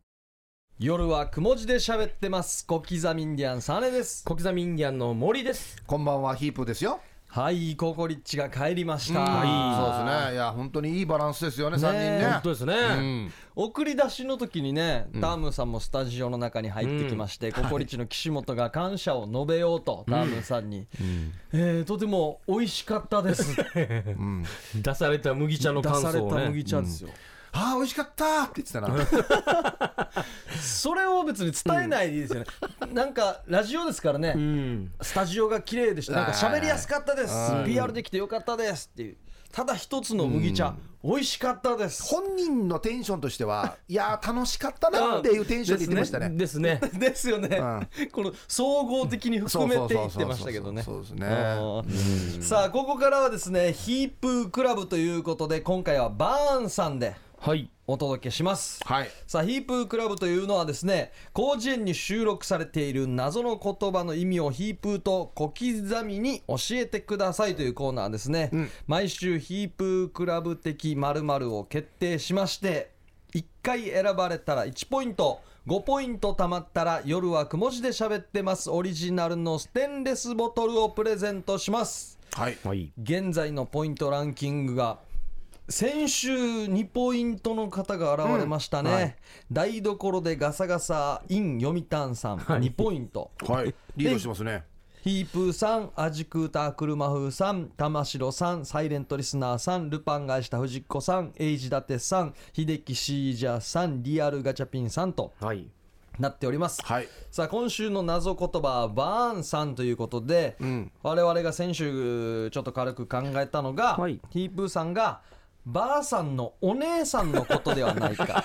S7: 夜はくも字で喋ってます小刻みインディアンサネです
S1: 小刻みインディアンの森です。
S3: こんばんはヒープですよ
S7: はいココリッチが帰りました、
S3: そうですねいや本当にいいバランスですよね三人
S7: ね
S3: ね
S1: 本当です
S3: う
S1: ね。
S3: ん
S7: 送り出しの時にね、タームさんもスタジオの中に入ってきまして、ココリッチの岸本が感謝を述べようと、タームさんに、えーとても美味しかったですって
S1: 出された麦茶の
S7: 出
S1: 感
S7: され
S1: 想を
S7: た
S1: ね
S7: 麦。茶ですよ、
S3: あー美味しかったって言ってたな
S7: それを別に伝えないでいいですよね、 なんかラジオですからね、
S1: うん。
S7: スタジオが綺麗でしたなんか喋りやすかったです
S3: はい
S7: PR できてよかったですっていうただ一つの麦茶、美味しかったです
S3: 本人のテンションとしてはいやー楽しかったなっていうテンションで言ってましたね
S1: ですね。
S7: ですよね、この総合的に含めていってましたけどね
S3: そうですね
S7: あーさあここからはですねヒープークラブということで今回はバーンさんで
S1: はい。
S7: お届けします
S3: はい
S7: さあヒープークラブというのはですね広辞苑に収録されている謎の言葉の意味をヒープーと小刻みに教えてくださいというコーナーですね、毎週ヒープークラブ的〇〇を決定しまして1回選ばれたら1ポイント5ポイント貯まったら夜はくも字で喋ってますオリジナルのステンレスボトルをプレゼントします
S3: はい
S1: はい。
S7: 現在のポイントランキングが先週2ポイントの方が現れましたね、台所でガサガサイン読谷さん2ポイント、
S3: はいリードしてますね
S7: ヒープーさん、アジクーター車風さん、玉城さん、サイレントリスナーさん、ルパン返した藤子さん、エイジダテさん、秀樹シージャーさん、リアルガチャピンさんと
S1: はい。
S7: なっております。
S3: はい
S7: さあ今週の謎言葉はバーンさんということで、我々が先週ちょっと軽く考えたのが、
S1: はい
S7: ヒープーさんがばあさんのお姉さんのことではない か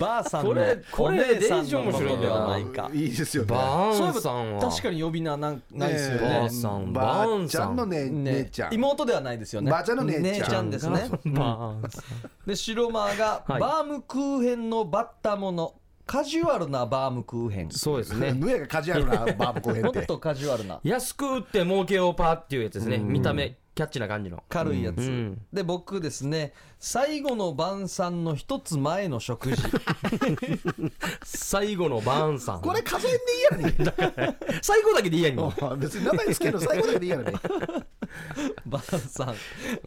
S7: ばあさんのお
S1: これこれ
S7: 姉さ
S1: デー
S7: んの
S1: ジ面
S7: こ
S1: 白い
S7: と
S1: ん
S7: で
S1: だよな
S7: はないか
S3: いいですよね
S1: バーンさんは。
S7: 確か
S1: に。
S7: に呼び名なんないですよ
S3: え
S7: ね
S3: え
S1: ばあさん
S3: ば
S1: ばあ
S3: あ
S1: ん
S3: ち
S1: さ
S3: ゃ
S1: ん
S3: んのね姉ちゃん
S7: 妹ではないですよね
S3: ばあちゃんの姉ちゃん
S7: ですね
S1: バーンさん。
S7: で白間が、
S1: はい
S7: バームクーヘンのバッタものカジュアルなバームクーヘン
S1: そうですね。
S3: ぬやがカジュア ルなバームコーヘン
S7: も
S3: っ
S7: ってとカジュアルな
S1: 安く売って儲けようパーっていうやつですね。見た目キャッチな感じの。
S7: 軽いやつ、
S1: ん
S7: で僕ですね最後の晩餐の一つ前の食事
S1: 最後のバーンさん。
S3: これ数えんでいいやろね
S1: 最後だけでいいやん今。
S3: あ別に名前つけるの最後だけでいいやろね
S7: 晩餐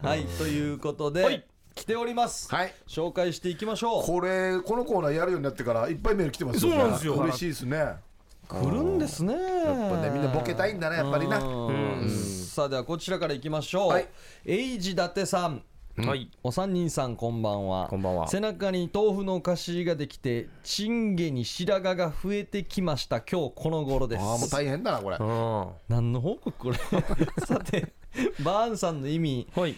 S7: はいということで、来ております、
S3: はい
S7: 紹介していきましょう
S3: これこのコーナーやるようになってからいっぱいメール来てます
S1: そうなんですよ
S3: 嬉しいですねやっ
S7: 来るんですね
S3: ぱねみんなボケたいんだねやっぱりな
S7: うんさあではこちらからいきましょう、
S3: はい
S7: エイジ伊達さん
S1: はい。
S7: お三人さんこんばんは
S1: こんばんは
S7: 背中に豆腐のかしができてチンゲに白髪が増えてきました今日この頃です
S3: ああもう大変だなこれ
S1: うん。
S7: 何の報告これさてバーンさんの意味
S1: はい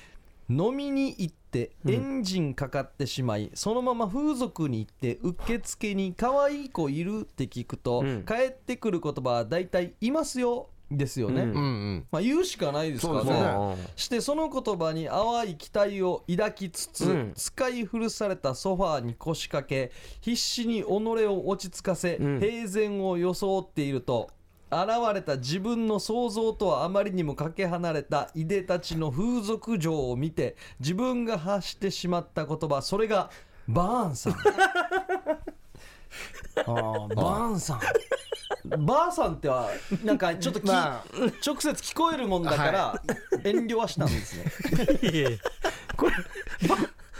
S7: 飲みに行ってエンジンかかってしまい、そのまま風俗に行って受付に可愛い子いるって聞くと、
S1: うん
S7: 帰ってくる言葉は大体いますよですよね、
S1: うん
S3: うんうん
S7: まあ言うしかないですか
S3: そ
S7: ら
S3: うですね
S7: ねしてその言葉に淡い期待を抱きつつ、
S1: うん
S7: 使い古されたソファーに腰掛け必死に己を落ち着かせ、
S1: うん
S7: 平然を装っていると現れた自分の想像とはあまりにもかけ離れたいでたちの風俗嬢を見て自分が発してしまった言葉それがバー ンさんあーバーンさんばあさんってはなんかちょっとき、
S3: まあ
S7: 直接聞こえるもんだから遠慮はしたんですね
S1: いやいやこれば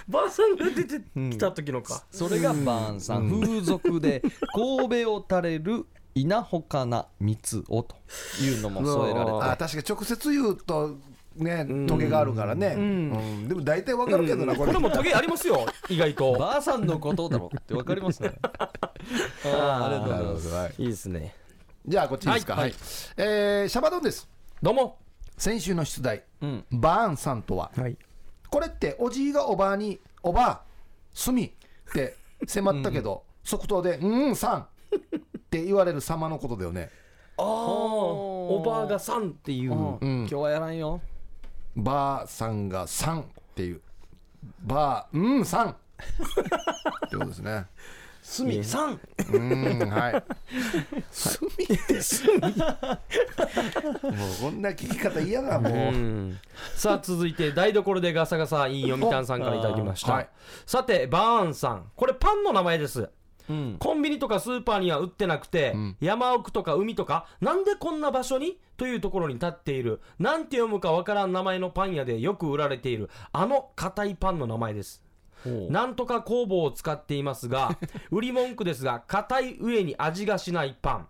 S1: ばあさんが出てきた時のか、
S7: それがバーンさん風俗で神戸を垂れる稲穂かな蜜をというのも添えられ
S1: う
S7: て
S1: わ
S3: あ確かに直接言うとねトゲがあるからね、うんでも大体わかるけどな、こ
S1: こ
S3: れ
S1: れもトゲありますよ意外と
S7: ばあさんのことだろってわかりますねあーありがと
S3: ないる
S7: うござま
S3: ほ
S7: す
S3: ど、はい、
S1: いいですね
S3: じゃあこっちですか
S1: はい
S3: はい、えーシャバドゥンです
S1: どうも
S3: 先週の出題、
S7: ん
S3: バーンさんとは、これっておじいがおばあに「おばあ住み」って迫ったけど、即答で「うんさん」って言われる様のことだよね
S1: ああおばあがさんっていう、
S7: うん今日はやらんよ
S3: ばあさんが「さん」っていう「ばあうんさん」ってことですね
S1: すみさん
S3: うんはい住みって 住みもうこんな聞き方嫌だもう
S1: さあ続いて台所でガサガサいい読谷さんからいただきました、
S3: はい
S1: さてバーンさんこれパンの名前です
S7: うん
S1: コンビニとかスーパーには売ってなくて、山奥とか海とかなんでこんな場所にというところに立っているなんて読むかわからん名前のパン屋でよく売られているあの硬いパンの名前ですなんとか工房を使っていますが売り文句ですが硬い上に味がしないパン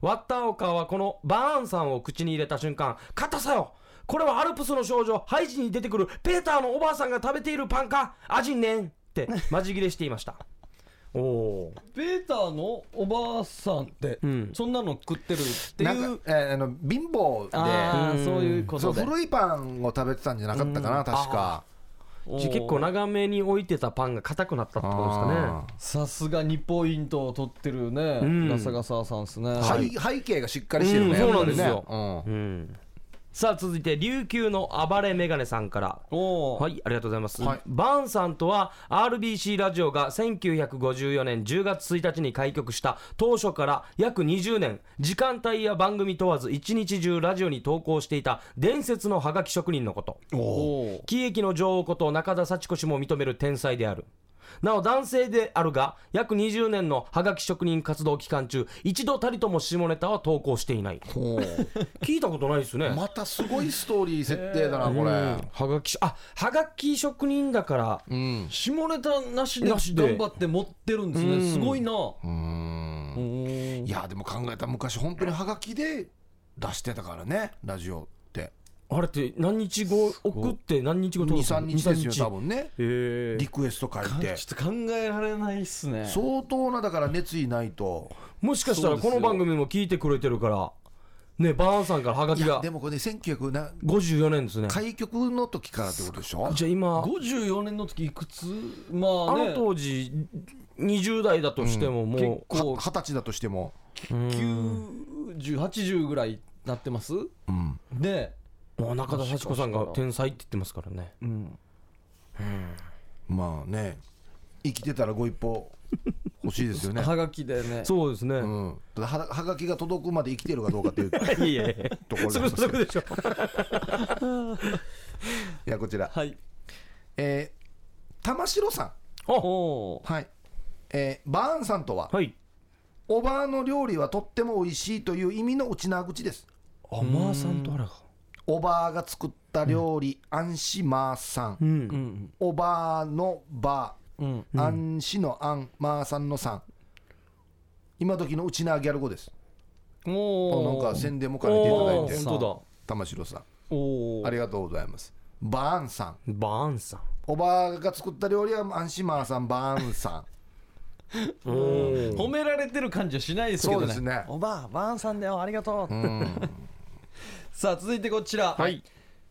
S1: ワッターオカーはこのバーンさんを口に入れた瞬間硬さよこれはアルプスの少女ハイジに出てくるペーターのおばあさんが食べているパンか味ねんってまじ切れしていましたおお
S7: ベーターのおばあさんって、
S1: うん
S7: そんなの食ってるってい
S3: なん
S7: う
S3: か、えーあの貧乏で
S7: ああそういうこ
S3: そ
S7: と
S3: う
S7: で
S3: 古いパンを食べてたんじゃなかったかな確か
S7: おー
S1: じゃあ結構長めに置いてたパンが硬くなったってことですかね
S7: さすが2ポイントを取ってるね、
S1: うん
S7: ガサガサさんですね、
S3: あーはい背景がしっかりしてるね、
S1: うんそうなんですよ
S3: うん
S1: うんさあ続いて琉球の暴れメガネさんから
S7: おお、
S1: はい、ありがとうございます。
S3: はい
S1: バーンさんとは RBC ラジオが1954年10月1日に開局した当初から約20年、時間帯や番組問わず一日中ラジオに投稿していた伝説のハガキ職人のこと。
S7: お
S1: 喜劇の女王こと中田幸子氏も認める天才である。なお男性であるが、約20年のハガキ職人活動期間中、一度たりとも下ネタは投稿していない。
S3: ほう
S1: 聞いたことないですね。
S3: またすごいストーリー設定だな、こ
S1: うん
S3: れ。
S1: ハガキし、あ、ハガキ職人だから、
S3: うん。
S7: 下ネタなしで
S1: なしで
S7: 頑張って持ってるんですねすごいな
S3: うん。いや、でも考えたら昔、本当にハガキで出してたからね、ラジオって。
S1: あれって何日後送って何日後
S3: 2、
S1: 届く
S3: 3
S1: の
S3: 日ですよ、
S1: 2
S3: 多
S1: 3
S3: 分ね。
S1: へ
S3: リ
S1: え
S3: クエスト書いて。
S7: ちょっと考えられないっすね
S3: 相当な、だから熱意ないと。
S1: もしかしたらこの番組も聞いてくれてるからねバーンさんからハガ
S3: い
S1: キ
S3: や、
S1: が
S3: でもこれね、1900な、
S1: 54年ですね
S3: 開局の時からってことでしょ
S1: じゃあ今
S7: 54年の時いくつま
S1: あ
S7: あね
S1: の当時20代だとしてもも
S7: 結構
S3: は二十歳だとしても。
S7: 9080ぐらいなってます
S3: うん。
S7: で
S1: うもう中田幸子さんが天才って言ってますからね
S3: まあね、生きてたらご一報欲しいです よね。
S7: はがきでね
S1: そうですね
S3: うん。ただ、ははがきが届くまで生きてるかどうかってい う。
S1: いやいやいや
S3: ところ
S1: す
S3: で
S1: ぐ届くでしょ
S3: いや、こちら。
S7: はい
S3: えー、玉城さん。
S7: おー
S3: はい。えー、バーンさんとは、
S1: はい
S3: おばあの料理はとっても美味しいという意味のうちな口です。
S1: あまーさんとあらが
S3: おばあが作った料理、あんしまーさん。
S1: うん
S7: うん
S3: おばあのば
S7: うん
S3: あ、あんしのあん、まーさんのさん。今時のうちなギャル語です。あなん
S7: もう
S3: か宣伝も兼ねていただ
S1: おー
S3: いて、
S1: 本当
S3: 玉城さん。
S7: お
S3: あ
S7: ー
S3: りがとうございます。バーンさん。
S1: だバーンさん
S3: おばあが作った料理はあんしまーさん、バーンさん。
S7: 褒められてる感じはしないですけどね
S3: そうですね
S7: おばあばあんさんだよありがとう
S3: うん。
S7: さあ続いてこちら、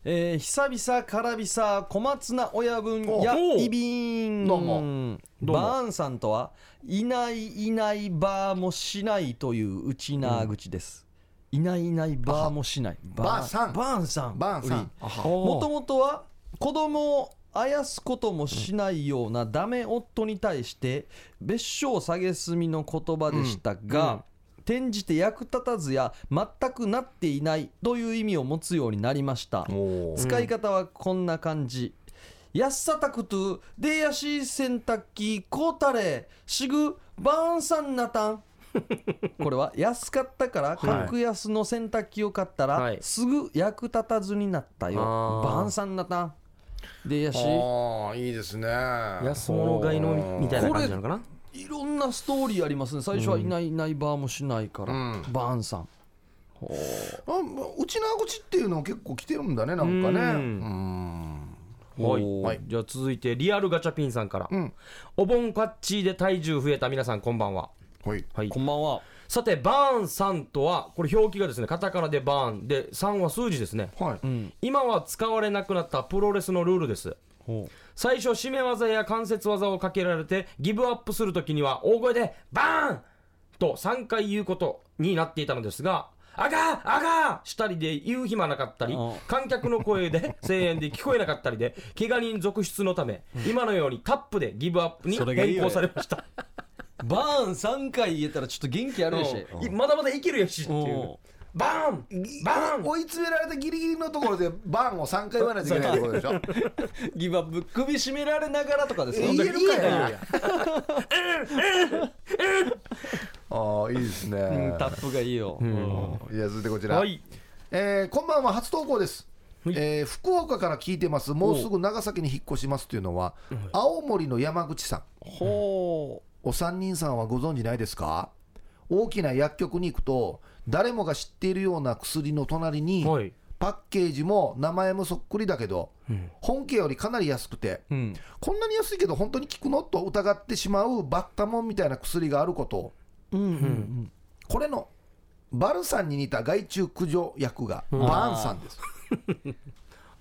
S7: えー、久々からびさ小松菜親分や
S1: お
S7: いびん
S3: どうも
S1: どうも
S7: バーンさんとはいないいないバーもしないといううちな口です、いないいないバーもしない
S3: バーさん
S7: バーンさん
S3: バーンさん
S7: もと
S1: も
S7: もとは子供をあやすこともしないようなダメ夫に対して別称下げすみの言葉でしたが、転じて役立たずや全くなっていないという意味を持つようになりました使い方はこんな感じ、やっさたくとでやし洗濯機こうたれしぐばーんさんなたん これは安かったから格安の洗濯機を買ったら、
S1: はい
S7: すぐ役立たずになったよ
S1: あー
S7: ばーんさんなたんでやし
S3: ああいいですね
S1: 安物買いのみたいな感じなのかない
S7: ろんなストーリーありますね最初はいないいないバーもしないから、
S3: うん
S7: バーンさん
S3: あまあうちな口っていうの結構来てるんだねなんか
S1: う
S3: ね
S1: ん
S3: うん
S1: はい、
S3: はい
S1: じゃあ続いてリアルガチャピンさんから、
S3: ん
S1: お盆パッチーで体重増えた皆さんこんばんは
S3: はい
S1: はい
S7: こんばんは
S1: さてバーンさんとはこれ表記がですねカタカナでバーンで3は数字ですね
S3: はい
S1: 今は使われなくなったプロレスのルールです最初締め技や関節技をかけられてギブアップするときには大声でバーンと3回言うことになっていたのですがあがーあがーしたりで言う暇なかったり
S7: うん
S1: 観客の声で声援で聞こえなかったりで怪我人続出のため今のようにタップでギブアップに
S7: それがいい
S1: 変
S7: よ
S1: 更されました
S7: バーン3回言えたらちょっと元気あるし、
S1: うんまだまだいけるよしってい
S7: うん
S1: うバーンバーン
S3: 追い詰められたギリギリのところでバーンを3回言わないといけないってことでしょ
S7: ギブアップ首絞められながらとかですよ
S3: 言えるかよ
S7: いいね
S3: ああいいですね、
S7: うんタップがいいよ、
S3: いや続いてこちら、
S1: はい
S3: えーこんばんは初投稿です、えー福岡から聞いてますもうすぐ長崎に引っ越しますというのは青森の山口さん
S7: ほ
S3: お三人さんはご存知ないですか大きな薬局に行くと誰もが知っているような薬の隣に、
S1: はい
S3: パッケージも名前もそっくりだけど、本家よりかなり安くて、
S7: ん
S3: こんなに安いけど本当に効くのと疑ってしまうバッタモンみたいな薬があることを、これのバルさんに似た害虫駆除薬がバーンさんです、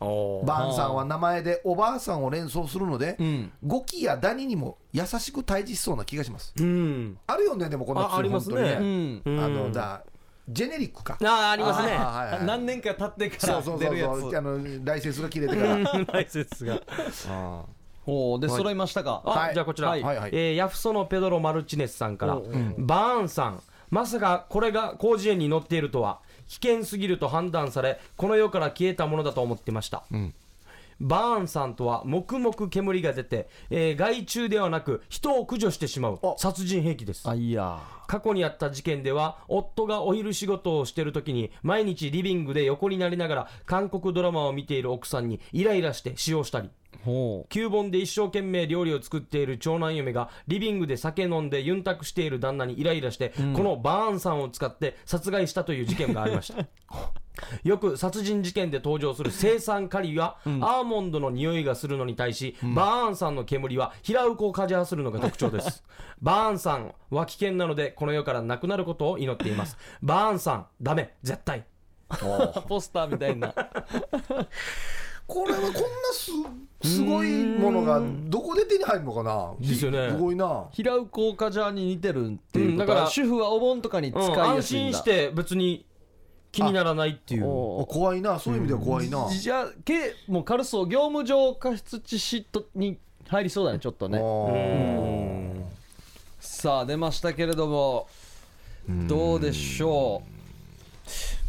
S1: おー
S3: バーンさんは名前でおばあさんを連想するので、
S7: ん
S3: ゴキやダニにも優しく対峙しそうな気がします
S1: うん
S3: あるよねでもこの薬
S1: あありますね
S3: 本当
S7: う
S3: に
S7: ん
S3: あ
S1: うん
S3: のだジェネリックか
S1: あーありますね
S3: あーはいはいはい
S7: 何年か経ってか
S3: そう
S7: ら
S3: そう
S7: 出
S3: そう
S7: るや
S3: そうあ
S7: つ
S3: のライセンスが切れて から
S1: ライセン スが。
S7: ほうで揃いましたか
S1: あ、
S3: はい
S1: じゃあこちら、
S7: はい
S3: はいはい
S1: えーヤフソのペドロ・マルチネスさんから、バーンさん、まさかこれが広辞苑に載っているとは、危険すぎると判断され、この世から消えたものだと思ってました。バーンさんとは黙々煙が出て、えー害虫ではなく人を駆除してしまう殺人兵器です
S7: あいや
S1: 過去にあった事件では夫がお昼仕事をしてる時に毎日リビングで横になりながら韓国ドラマを見ている奥さんにイライラして使用したり
S7: ほ
S1: 旧盆で一生懸命料理を作っている長男嫁がリビングで酒飲んでユンタクしている旦那にイライラして、このバーンさんを使って殺害したという事件がありました よく殺人事件で登場する青酸カリはアーモンドの匂いがするのに対し、バーンさんの煙は平ウコをかじわするのが特徴です バーンさんは危険なのでこの世からなくなることを祈っていますバーンさんダメ絶対
S7: うポスターみたいな
S3: これはこんなすすごいものがどこで手に入るのかな
S1: ですよね
S3: すごいな
S7: 平うこカジャーに似てるっていう
S1: う
S7: こと
S1: んだか
S7: は
S1: ら
S7: 主婦はお盆とかに使
S1: うん
S7: いや
S1: 安
S7: すい
S1: 心
S7: んだ
S1: して別に気にならないっていう
S7: ほ
S3: 怖いなそういう意味では怖いな
S7: うじゃあけもうカルソ業務上過失致死とに入りそうだねちょっとねさあ出ましたけれどもどうでしょ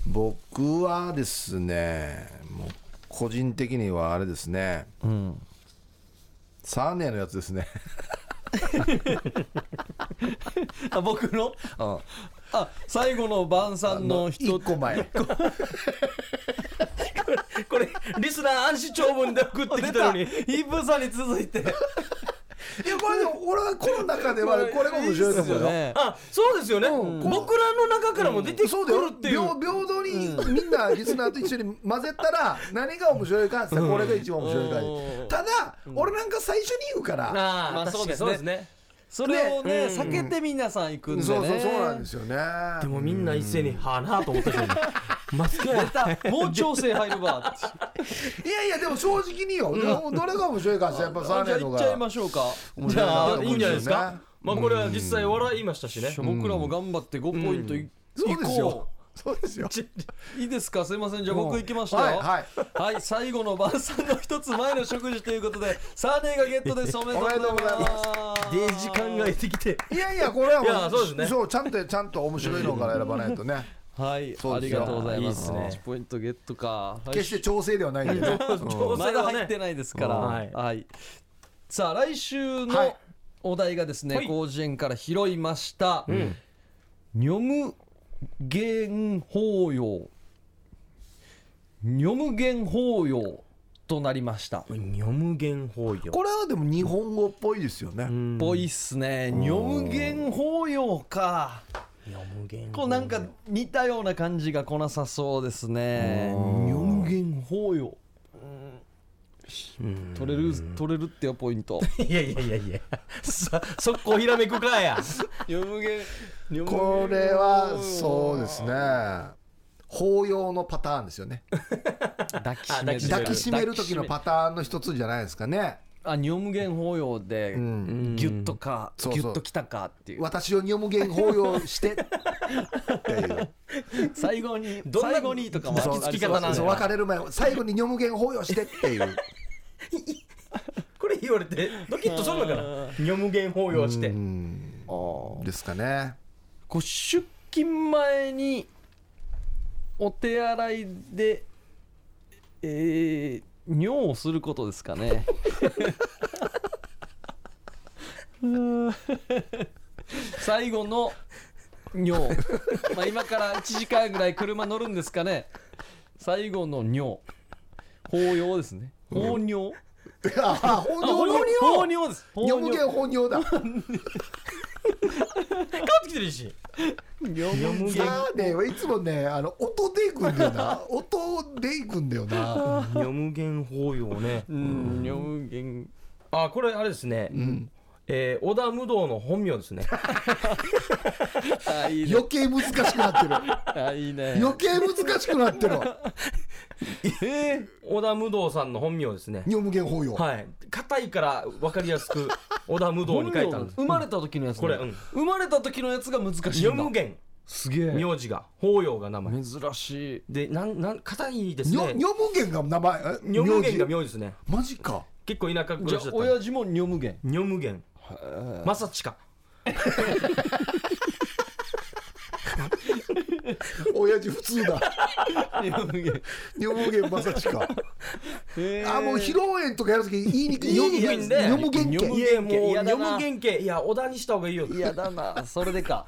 S3: 僕はですねもう個人的にはあれですね
S7: う、うん、
S3: サーネのやつですね
S7: あ僕の
S3: うん
S7: あ最後の晩餐の人
S3: 一個前
S1: これリスナー暗視長文で送ってきたの に
S7: ヒップーさんに続いて
S3: いやこれでも俺はこの中では これが面白いと思うよ
S7: ね
S1: あそうですよね、僕らの中からも出てく
S3: そうだよ
S1: るっていう,、
S3: 平平等にみんなリスナーと一緒に混ぜたら何が面白いかっつったらこれが一番面白いか
S7: うん
S3: ただ俺なんか最初に言うから
S1: あー、
S7: まあ
S1: 確かに
S7: そうですねそれをね
S1: ねうん
S7: 避けて皆さん行くんでね
S3: そうそうそうなんですよね
S1: でもみんな一斉に「はあな」と思ったけどマスクや
S7: 出たもう調整入るわって
S3: いやいやでも正直によ、どれが面白いかってやっぱ
S7: あ
S3: サ
S7: じゃ
S3: ー
S7: あ
S3: ネの
S7: 行
S3: が
S7: っちゃいましょうか
S3: 面
S1: じ
S3: 白い
S1: ゃ
S3: なと
S1: あい
S3: 思
S1: い
S3: うんん
S1: じゃ
S3: で
S1: ないですす
S3: よね
S1: か まあこれは実際笑いましたしね
S7: 僕らも頑張って5ポイントい
S3: そうですよ
S7: こ
S3: そうですよ
S7: う いいですかすいませんじゃあ僕行きました
S3: はい
S7: よ
S3: はい
S7: はい、最後の晩餐の一つ前の食事ということで、サーネーがゲッ トです。おめでとうございます。
S1: で時間がいてきて
S3: いやいやこれはも
S1: いやそうですね
S3: そうちゃんとちゃんと面白いのから選ばないとね
S7: はい、
S3: そ
S7: あ
S3: うで
S7: り
S3: すよ
S7: がとうござい
S1: い
S7: ます。
S1: いっすね
S7: 1ポイントゲットか。はい
S3: 決して調整ではないんでね
S1: 調
S7: ま
S1: 整
S7: だ
S1: は
S7: 入って
S1: ね
S7: ないですから。
S1: は
S7: はいい、さあ、来週
S3: は
S7: の
S3: い
S7: お題がですね、
S1: はい
S7: 広辞苑から拾いました。ニョムゲン法要。ニョムゲン法要となりました。
S1: 女無限法要
S3: これはでも日本語っぽいですよね
S7: ぽいっすね。ニョムゲン法要か。
S1: 女無限
S7: こうなんか似たような感じがこなさそうですね。四元法要。取れる取れるってよポイント。
S1: いやいやいやいやさ速攻ひらめくかや
S7: 四元
S3: これはそうですね法要のパターンですよね
S7: 抱きし
S1: 抱
S7: め
S1: き
S7: る
S1: しめ
S3: 抱きしめる時のパターンの一つじゃないですかね
S7: あ四元法要で
S3: ん
S7: ギュッとか
S3: そうそう
S7: ギュッときたかっていう。
S3: 私を女無限法要してって いう
S7: 最後に
S1: どんな
S7: 最後にとかも
S3: そう
S7: ありそう
S1: なんだよ
S3: そう別れる前最後に女無限法要してっていう
S1: これ言われてドキッとするのかな女無限法要して
S3: ですかね
S7: こう出勤前にお手洗いでえー、尿をすることですかね。うーん最後の尿まあ今から1時間ぐらい車乗るんですかね最後の尿法要ですね法尿
S3: ああ本
S7: あ法
S3: 尿
S7: 尿法尿です法
S3: 女無
S7: 尿
S3: 限法尿だ
S1: 帰ってきてるし
S7: 尿無限
S3: さあねいつもねあの音でいくんだよな音でいくんだよな
S1: 女無限法要ね
S7: うん尿無限
S1: あこれあれですねえー織田無道の本名ですね
S7: あいいね
S3: 余計難しくなってる
S7: あいいね
S3: 余計難しくなってる
S7: え
S1: 織田無道さんの本名ですね
S3: 女無限法要
S1: はい硬いから分かりやす く織田無道に書いたんです
S7: 生まれた時のやつだ
S1: これうん
S7: 生まれた時のやつが難しい
S1: 女
S7: んだ
S1: 無限
S7: すげえ
S1: 名字が法要が名前
S7: 珍しい
S1: でなんなん硬いです
S3: 女
S1: ね
S3: 女無限が名前え
S1: 女無限が
S3: 名字
S1: 名字ですね
S3: マジか
S1: 結構田舎暮
S7: じ
S1: ら
S7: ゃあ
S1: しだったんで
S7: 親父も女無限
S1: 女無限正親
S3: 親父普通だ
S7: 女無限
S3: 女無限まさちかあもう披露宴とかやるとき言いにくい
S1: 言いにくいんで
S3: 女無限
S7: 女無
S1: い
S3: 家
S1: やもう
S7: 嫌だ
S1: 読
S7: な
S1: む原型いや小田にした方がいいよ
S7: 嫌だなそれでか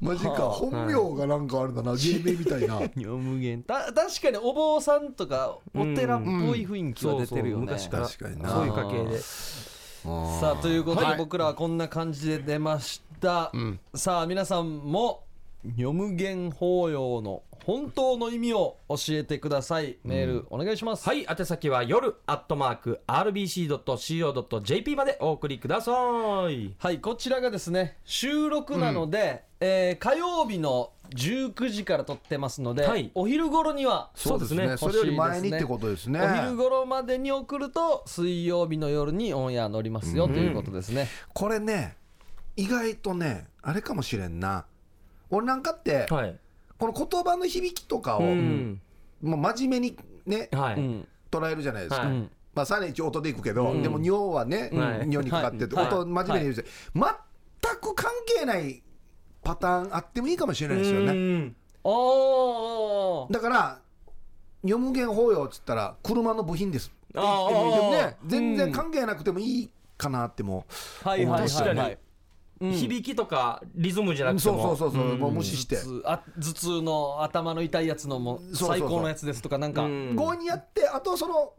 S3: マジか本名がなんかあれだな芸名みたいな
S7: 女無限た確かにお坊さんとかお寺っぽい雰囲気は出てるよね
S1: 昔から
S3: 確かにな
S1: そういう家系で
S7: さあということで僕らはこんな感じで出ました、さあ皆さんも女無限法要の本当の意味を教えてくださいメールお願いします、
S1: はい宛先は夜アットマーク RBC.CO.JP までお送りください
S7: はい、こちらがですね、収録なので、えー火曜日の19時から撮ってますので、
S1: はい
S7: お昼頃には、
S1: そうですね
S3: それより前にってことですね
S7: お昼頃までに送ると、水曜日の夜にオンエア乗りますよ、ということですね。
S3: これね意外とねあれかもしれんな俺なんかって、
S1: はい
S3: この言葉の響きとか
S1: う
S3: を、
S1: ん
S3: もう真面目にね
S1: は
S7: う
S1: い
S7: ん。
S3: 捉えるじゃないです
S1: は
S3: か、
S1: い
S7: ん
S3: まあさらに一応音でいくけど、でも尿はね、
S1: はい
S3: 尿にかかってて、
S1: はい
S3: 音を真面目に言うじゃん全く関係ないパターンあってもいいかもしれないですよ
S1: う
S3: ね
S1: ん
S7: おー
S3: だから女無限法要っつったら車の部品ですって言ってもいいけどね全然関係なくてもいいかなっても、
S7: はいはい
S1: 確
S7: は
S1: か
S7: い、
S1: に
S7: はい。うん
S1: 響きとかリズムじゃなくて
S3: そうそ
S1: も
S3: うそうそう、もう無視して
S7: 頭痛あ頭痛の頭の痛いやつのも
S3: そうそうそう
S7: 最高のやつですとかなんか
S1: うん
S3: 強にやってあとその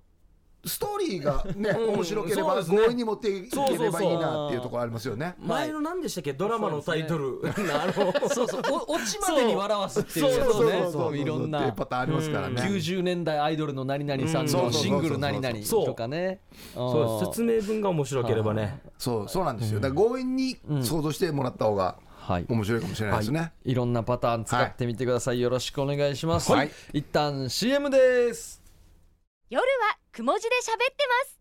S3: ストーリーがね、
S1: うん
S3: 面白けれ
S1: そう
S3: ば
S1: ですね
S3: 強引に持っていけ
S1: そうそ
S3: れ
S1: うそ
S3: ば
S1: う
S3: いいなっていうところありますよね。
S1: 前の何でしたっけドラマのタイト ル、あの
S7: そうそうお落ちまでに笑わすっていう
S1: そ
S7: や
S1: う
S7: つ
S1: そう
S7: ねそういろん
S3: ってい
S7: な
S3: うパターンありますからね。
S7: 90年代アイドルの何々さん
S3: う
S7: の
S3: ん
S7: シングル何々
S1: そう
S7: とかね
S1: そうです説明文が面白ければね
S3: そうそうなんですよ。だから強引に想像してもらった方が
S7: はい
S3: 面白いかもしれないですね。
S7: いろんなパターン使ってみてください、よろしくお願いします、
S3: はい
S7: 一旦 CM です
S12: 夜はくも字で喋ってます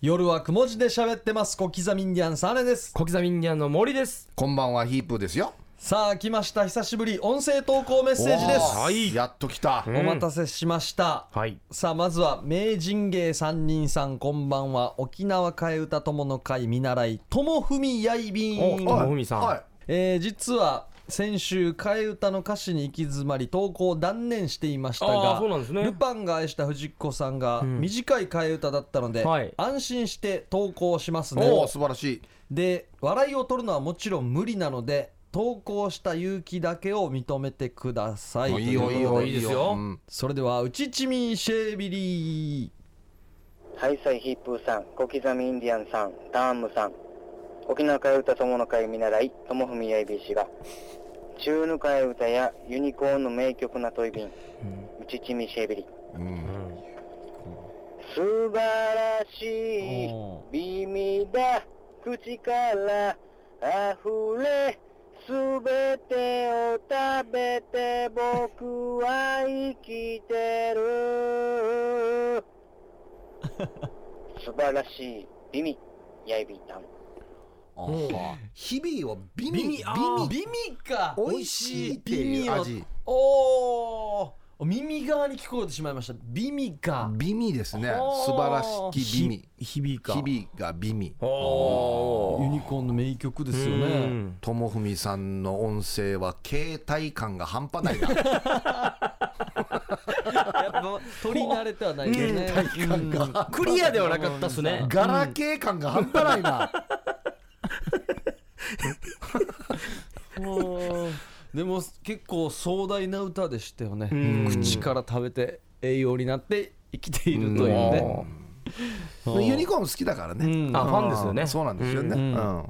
S7: 夜はくも字で喋ってます小刻みインディアンサーネです
S1: 小刻みインディアンの森です
S3: こんばんはヒープーですよ。
S7: さあ来ました久しぶり音声投稿メッセージです
S3: おーやっと来た。
S7: お待たせしました、
S1: はい
S7: さあまずは名人芸三人さんこんばんは沖縄替え歌友の会見習い友文やいび
S1: お
S7: ん
S1: 友文さん、
S3: はい。
S7: えー実は先週替え歌の歌詞に行き詰まり投稿を断念していました
S1: あー
S7: が
S1: そうなんですね
S7: ルパンが愛した藤子さんが
S1: ん
S7: 短い替え歌だったので、
S1: はい
S7: 安心して投稿しますね
S3: おお素晴らしい。
S7: で笑いを取るのはもちろん無理なので投稿した勇気だけを認めてください
S3: いいよいいよ
S1: いいですよ
S3: うん
S7: それではうちちみシェービリー
S13: はい、サイヒープーさん、小刻みインディアンさん、ダームさん、沖縄替え歌友の会見習い、友文やいび氏が、中の替え歌やユニコーンの名曲なトイビン、うちちみしえびり。素晴らしい
S7: お
S13: 美味だ、口から溢れ、すべてを食べて僕は生きてる。素晴らしい美味やいびたん
S3: 日々を美味
S1: 美味あー
S7: 耳か
S3: 美味しいっていう味。
S7: おー耳側に聞こえてしまいました美味か
S3: 美味ですね。
S7: おー
S3: 素晴らしき美味。
S1: 響か
S3: 日々が美味。
S1: お
S7: ユニコーンの名曲ですよ
S1: う
S7: ね
S1: ん
S3: ともふみさんの音声は携帯感が半端ないな。
S7: やっぱ取り慣れてはないですねうん
S1: クリアではなかったっすね
S3: ガラケー感が半端ないな。
S7: もうでも結構壮大な歌でしたよね
S1: ん
S7: 口から食べて栄養になって生きているというねうん
S3: ユニコーン好きだからね。
S7: うん
S1: あファンですよね
S3: そうなんですよね。うん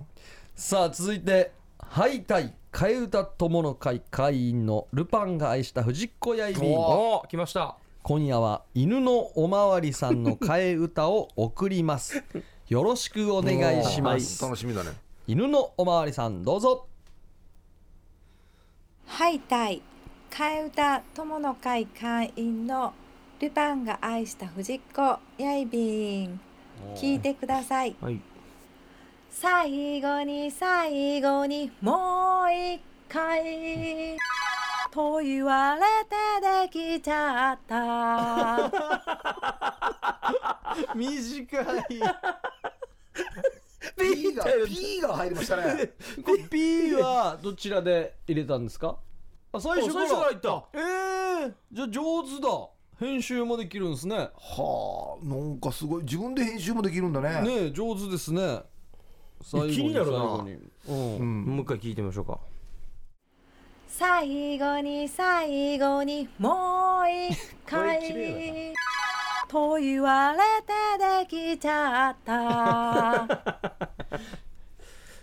S7: さあ続いて「ハイタイ替え歌友の会会員のルパンが愛した藤子やいびん」
S1: おー来ました
S7: 今夜は犬のおまわりさんの替え歌を送りますよろしくお願いし ます
S3: 楽しみだね。
S7: 犬のおまわりさんどうぞ
S9: はいたい替え歌友の会会員のルパンが愛した藤子やいびん聞いてください
S1: はい
S9: 最後に最後にもう一回と言われてできちゃった
S7: 短い
S3: P が P が入りましたね。
S7: P はどちらで入れたんですかあ最初から
S1: お最初から入った
S7: ええー、じゃあ上手だ編集もできるんですね
S3: はあ、なんかすごい自分で編集もできるんだね。
S7: ねえ上手ですね最後に
S1: 気になるな
S7: 最後にうん
S1: もう一回聞いてみましょうか
S9: 最後に最後にもう一回と言われてできちゃった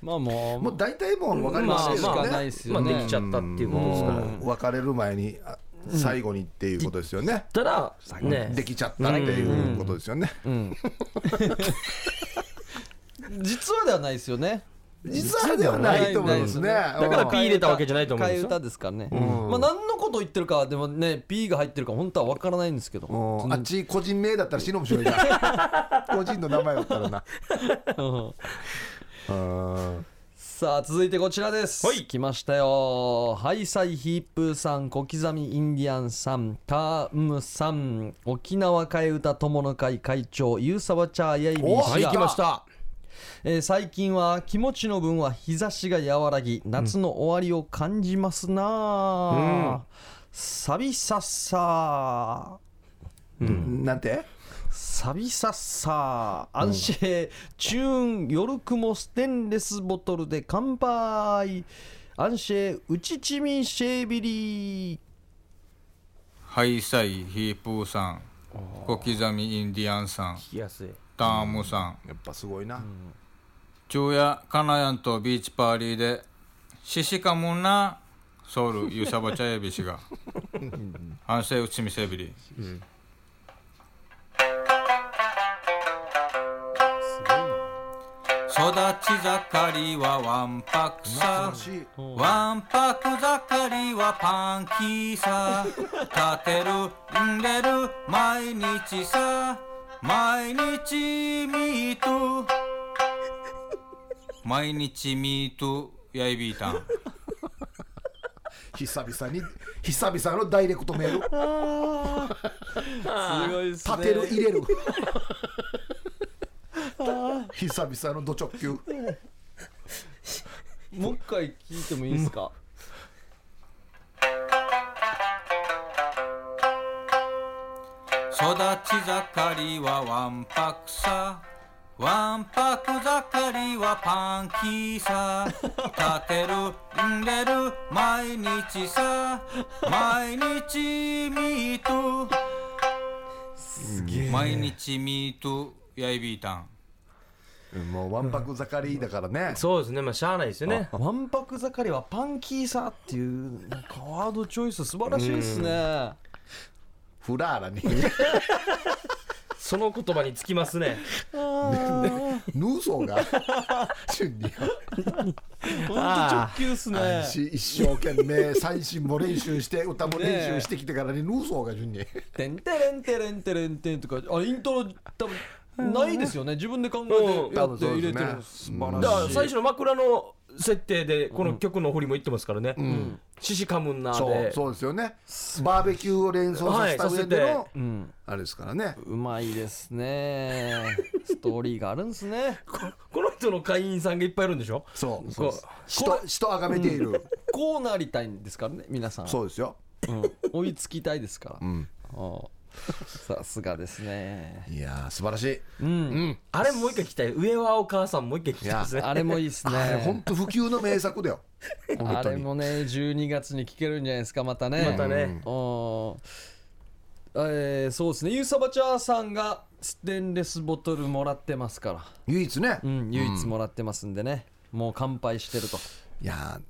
S7: まあもう
S3: もう大体もうわかりますけ
S7: まあま
S3: ど
S7: あない
S3: ね
S7: っ。すよね
S1: まあ、できちゃったっていうことですから
S3: もう別れる前にあ最後にっていうことですよね。
S1: ただね
S3: できちゃったっていうことですよね。
S7: 実はではないですよね
S3: 実はではないと思いますね。
S1: だから
S3: うん
S1: P 入れたわけじゃないと思うんで
S7: 替え
S1: すよ
S7: 歌ですからね、まあ何のこと言ってるかはでもね P が入ってるか本当は分からないんですけど
S3: も
S7: う
S3: うんあっち個人名だったら死ぬかもしれ ないな個人の名前だったらな
S7: うん
S3: うん
S7: さあ続いてこちらです
S1: はい
S7: 来ましたよハイサイヒープーさん小刻みインディアンさんタームさん沖縄替え歌友の会会長ゆうさわちゃあやいび
S3: お
S7: ー
S1: はい来ました
S7: えー最近は気持ちの分は日差しが和らぎ夏の終わりを感じますなあ、寂さっさ
S3: なんて
S7: 寂さっさアンシェチューン夜雲ステンレスボトルで乾杯アンシェウチチミシェービリー
S14: ハイサイヒープーさん小刻みインディアンさん
S1: きやすい
S14: タームさ
S3: んやっぱすごいな
S14: 昼夜カナヤンとビーチパーリーでシシカムなソウルユサバチャエビシが反省うちみせびり育ち盛りはわんぱくさわんぱく盛りはパンキーさ立てるんでる毎日さ毎日ミート毎日ミートやいびーたん
S3: 久々に久々のダイレクトメール
S1: すごいっすね
S3: 立てる入 れる久々のド直球
S7: もう一回聞いてもいいですか
S14: 育ち盛りはわんぱくさわんぱく盛りはパンキーさ立てるんでる毎日さ毎日ミートす
S3: げえ
S14: 毎日ミートやいびーたん
S3: もうわんぱく盛りだからね
S1: そうですねまあしゃあないですよね
S7: わんぱく盛りはパンキーさっていうなんかワードチョイス素晴らしいですね
S3: フラ ーラに
S1: その言葉につきますね
S3: ヌーソーが 瞬に
S7: ほんと直球 っすね
S3: し一生懸命三振も練習して歌も練習してきてからにヌーソーが順に
S7: てんてれんてれんてれんてんとかあイントロ多分ないですよね自分で考えてやって入れてるの素晴
S1: だから
S7: らしい
S1: 最初の枕の設定でこの曲の振りも言ってますからね
S3: ん
S1: 「シシカムンナー
S3: そ
S1: で
S3: う」そうですよねバーベキューを連想させた上で
S1: はい
S3: の
S1: さ
S7: うん
S3: あれですからね
S7: うまいですねストーリーがあるんですね
S1: この人の会員さんがいっぱいいるんでしょ
S3: そう
S1: こ
S3: 人人あがめている
S7: こうなりたいんですからね皆さん
S3: そうですよ
S7: うん追いつきたいですから
S3: うん
S7: ああさすがで すね
S3: いやー素晴らしい
S7: うん
S1: あれもう一回聞きたい上はお母さんもう一回聞きたいですね
S7: あれもいいですね
S3: あれ本当普及の名作だよ
S7: あ
S3: 本当
S7: れ
S3: に
S7: もね12月に聞けるんじゃないですかまたね
S1: またね
S7: おえーそうですねゆうさばちゃーさんがステンレスボトルもらってますから、
S3: 唯一ね
S7: うん、唯一もらってますんでね、もう乾杯してると
S3: いや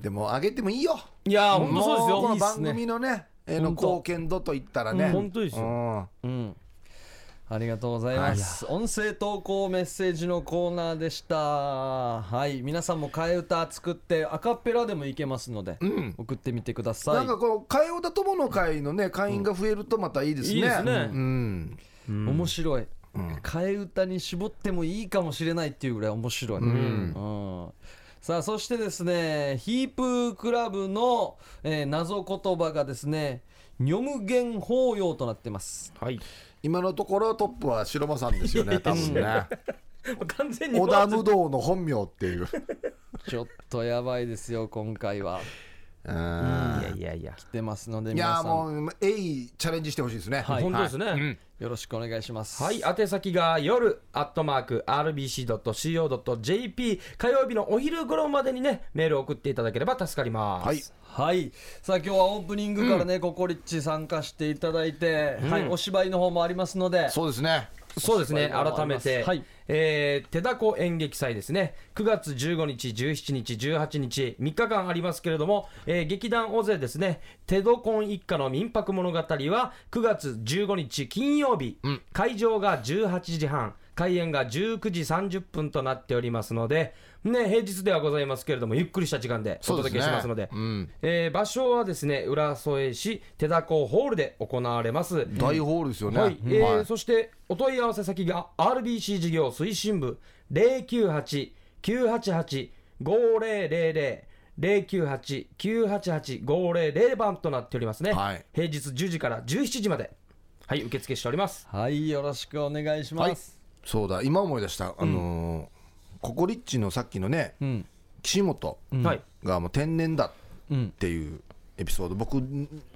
S3: ーでもあげてもいいよ
S1: いやー本当そうです
S3: もこ
S1: よ
S3: の番組のねえーの
S7: 本当
S3: 貢献度と言ったらね
S1: 本当ですよ
S3: よ
S7: うんありがとうございます、音声投稿メッセージのコーナーでしたはい皆さんも替え歌作ってアカペラでもいけますので、送ってみてください
S3: なんかこの替え歌友の会のね会員が増えるとまたいいですね
S1: いいですね
S3: うん
S7: 面白い、替え歌に絞ってもいいかもしれないっていうぐらい面白い、うんさあそしてですねヒープークラブの、えー謎言葉がですね「ニョムゲン法要」となってます
S1: はい
S3: 今のところトップは白間さんですよね多分ね
S1: 完全に
S3: 織田無道の本名っていう
S7: ちょっとやばいですよ今回は
S3: うん
S1: いやいやいや
S7: 来てますので
S3: い
S7: 皆
S3: や
S7: さ
S3: ー
S7: ん
S3: もうえいチャレンジしてほしいですね
S7: はい
S1: 本当ですね、
S7: よろしくお願いします
S1: はい、宛先が夜アットマーク RBC.CO.JP 火曜日のお昼頃までにねメールを送っていただければ助かります、
S3: はい
S7: はいさあ今日はオープニングからね、ココリッチ参加していただいて、はいお芝居の方もありますので
S3: そうですね
S1: そうですね改めて、
S7: はい
S1: えー手だこ演劇祭ですね9月15日17日18日3日間ありますけれども、えー劇団大勢ですね手どこん一家の民泊物語は9月15日金曜日、会場が18時半開演が19時30分となっておりますので、ね、平日ではございますけれどもゆっくりした時間でお
S3: そうで
S1: 届け
S3: すね
S1: しますので
S3: うん
S1: えー場所はですね浦添市手だこホールで行われます。
S3: 大ホールですよね
S1: はい、えー
S3: はい
S1: そしてお問い合わせ先が RBC 事業推進部098-988-5000 098-988-5000番となっておりますね、
S3: はい
S1: 平日10時から17時まではい受付しております
S7: はいよろしくお願いします、
S3: そうだ今思い出したあのーココリッチのさっきのね
S7: うん
S3: 岸本
S1: はい
S3: がもう天然だ
S7: うん
S3: っていうエピソード僕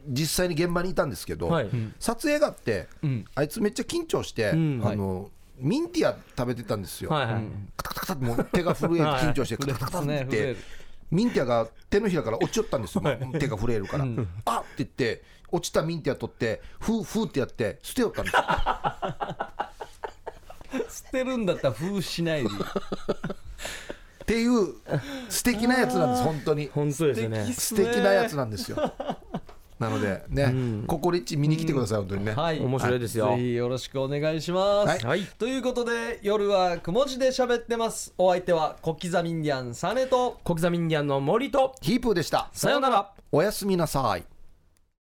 S3: 実際に現場にいたんですけど、
S1: はい
S3: 撮影があって、
S7: ん
S3: あいつめっちゃ緊張して、
S1: ん
S3: あのミンティア食べてたんですよ、
S1: はいはい、
S3: カタカタカタってもう手が震えて
S1: はい
S3: 緊張してカ
S7: 震え
S3: タ
S7: ます
S3: カ
S7: ね
S3: タカタっ
S7: 震え
S3: て
S7: る
S3: ミンティアが手のひらから落ちちゃったんですよ、手が震えるから、あっって言って落ちたミンティア取ってフーフーってやって捨てよったんですよ
S7: 捨てるんだったら風しない で
S3: っていう素敵なやつなんです本当に
S1: 本当ですね
S3: 素敵なやつなんですよなのでね、ココリッチ見に来てください、本当にね。
S7: はい
S1: 面白いですよ
S7: ぜひよろしくお願いします、
S1: はい
S7: ということで夜はくも字で喋ってますお相手は小刻みインディアンサネと
S1: 小刻みインディアンの森と
S3: ヒープーでした。
S7: さようなら
S3: おやすみなさい。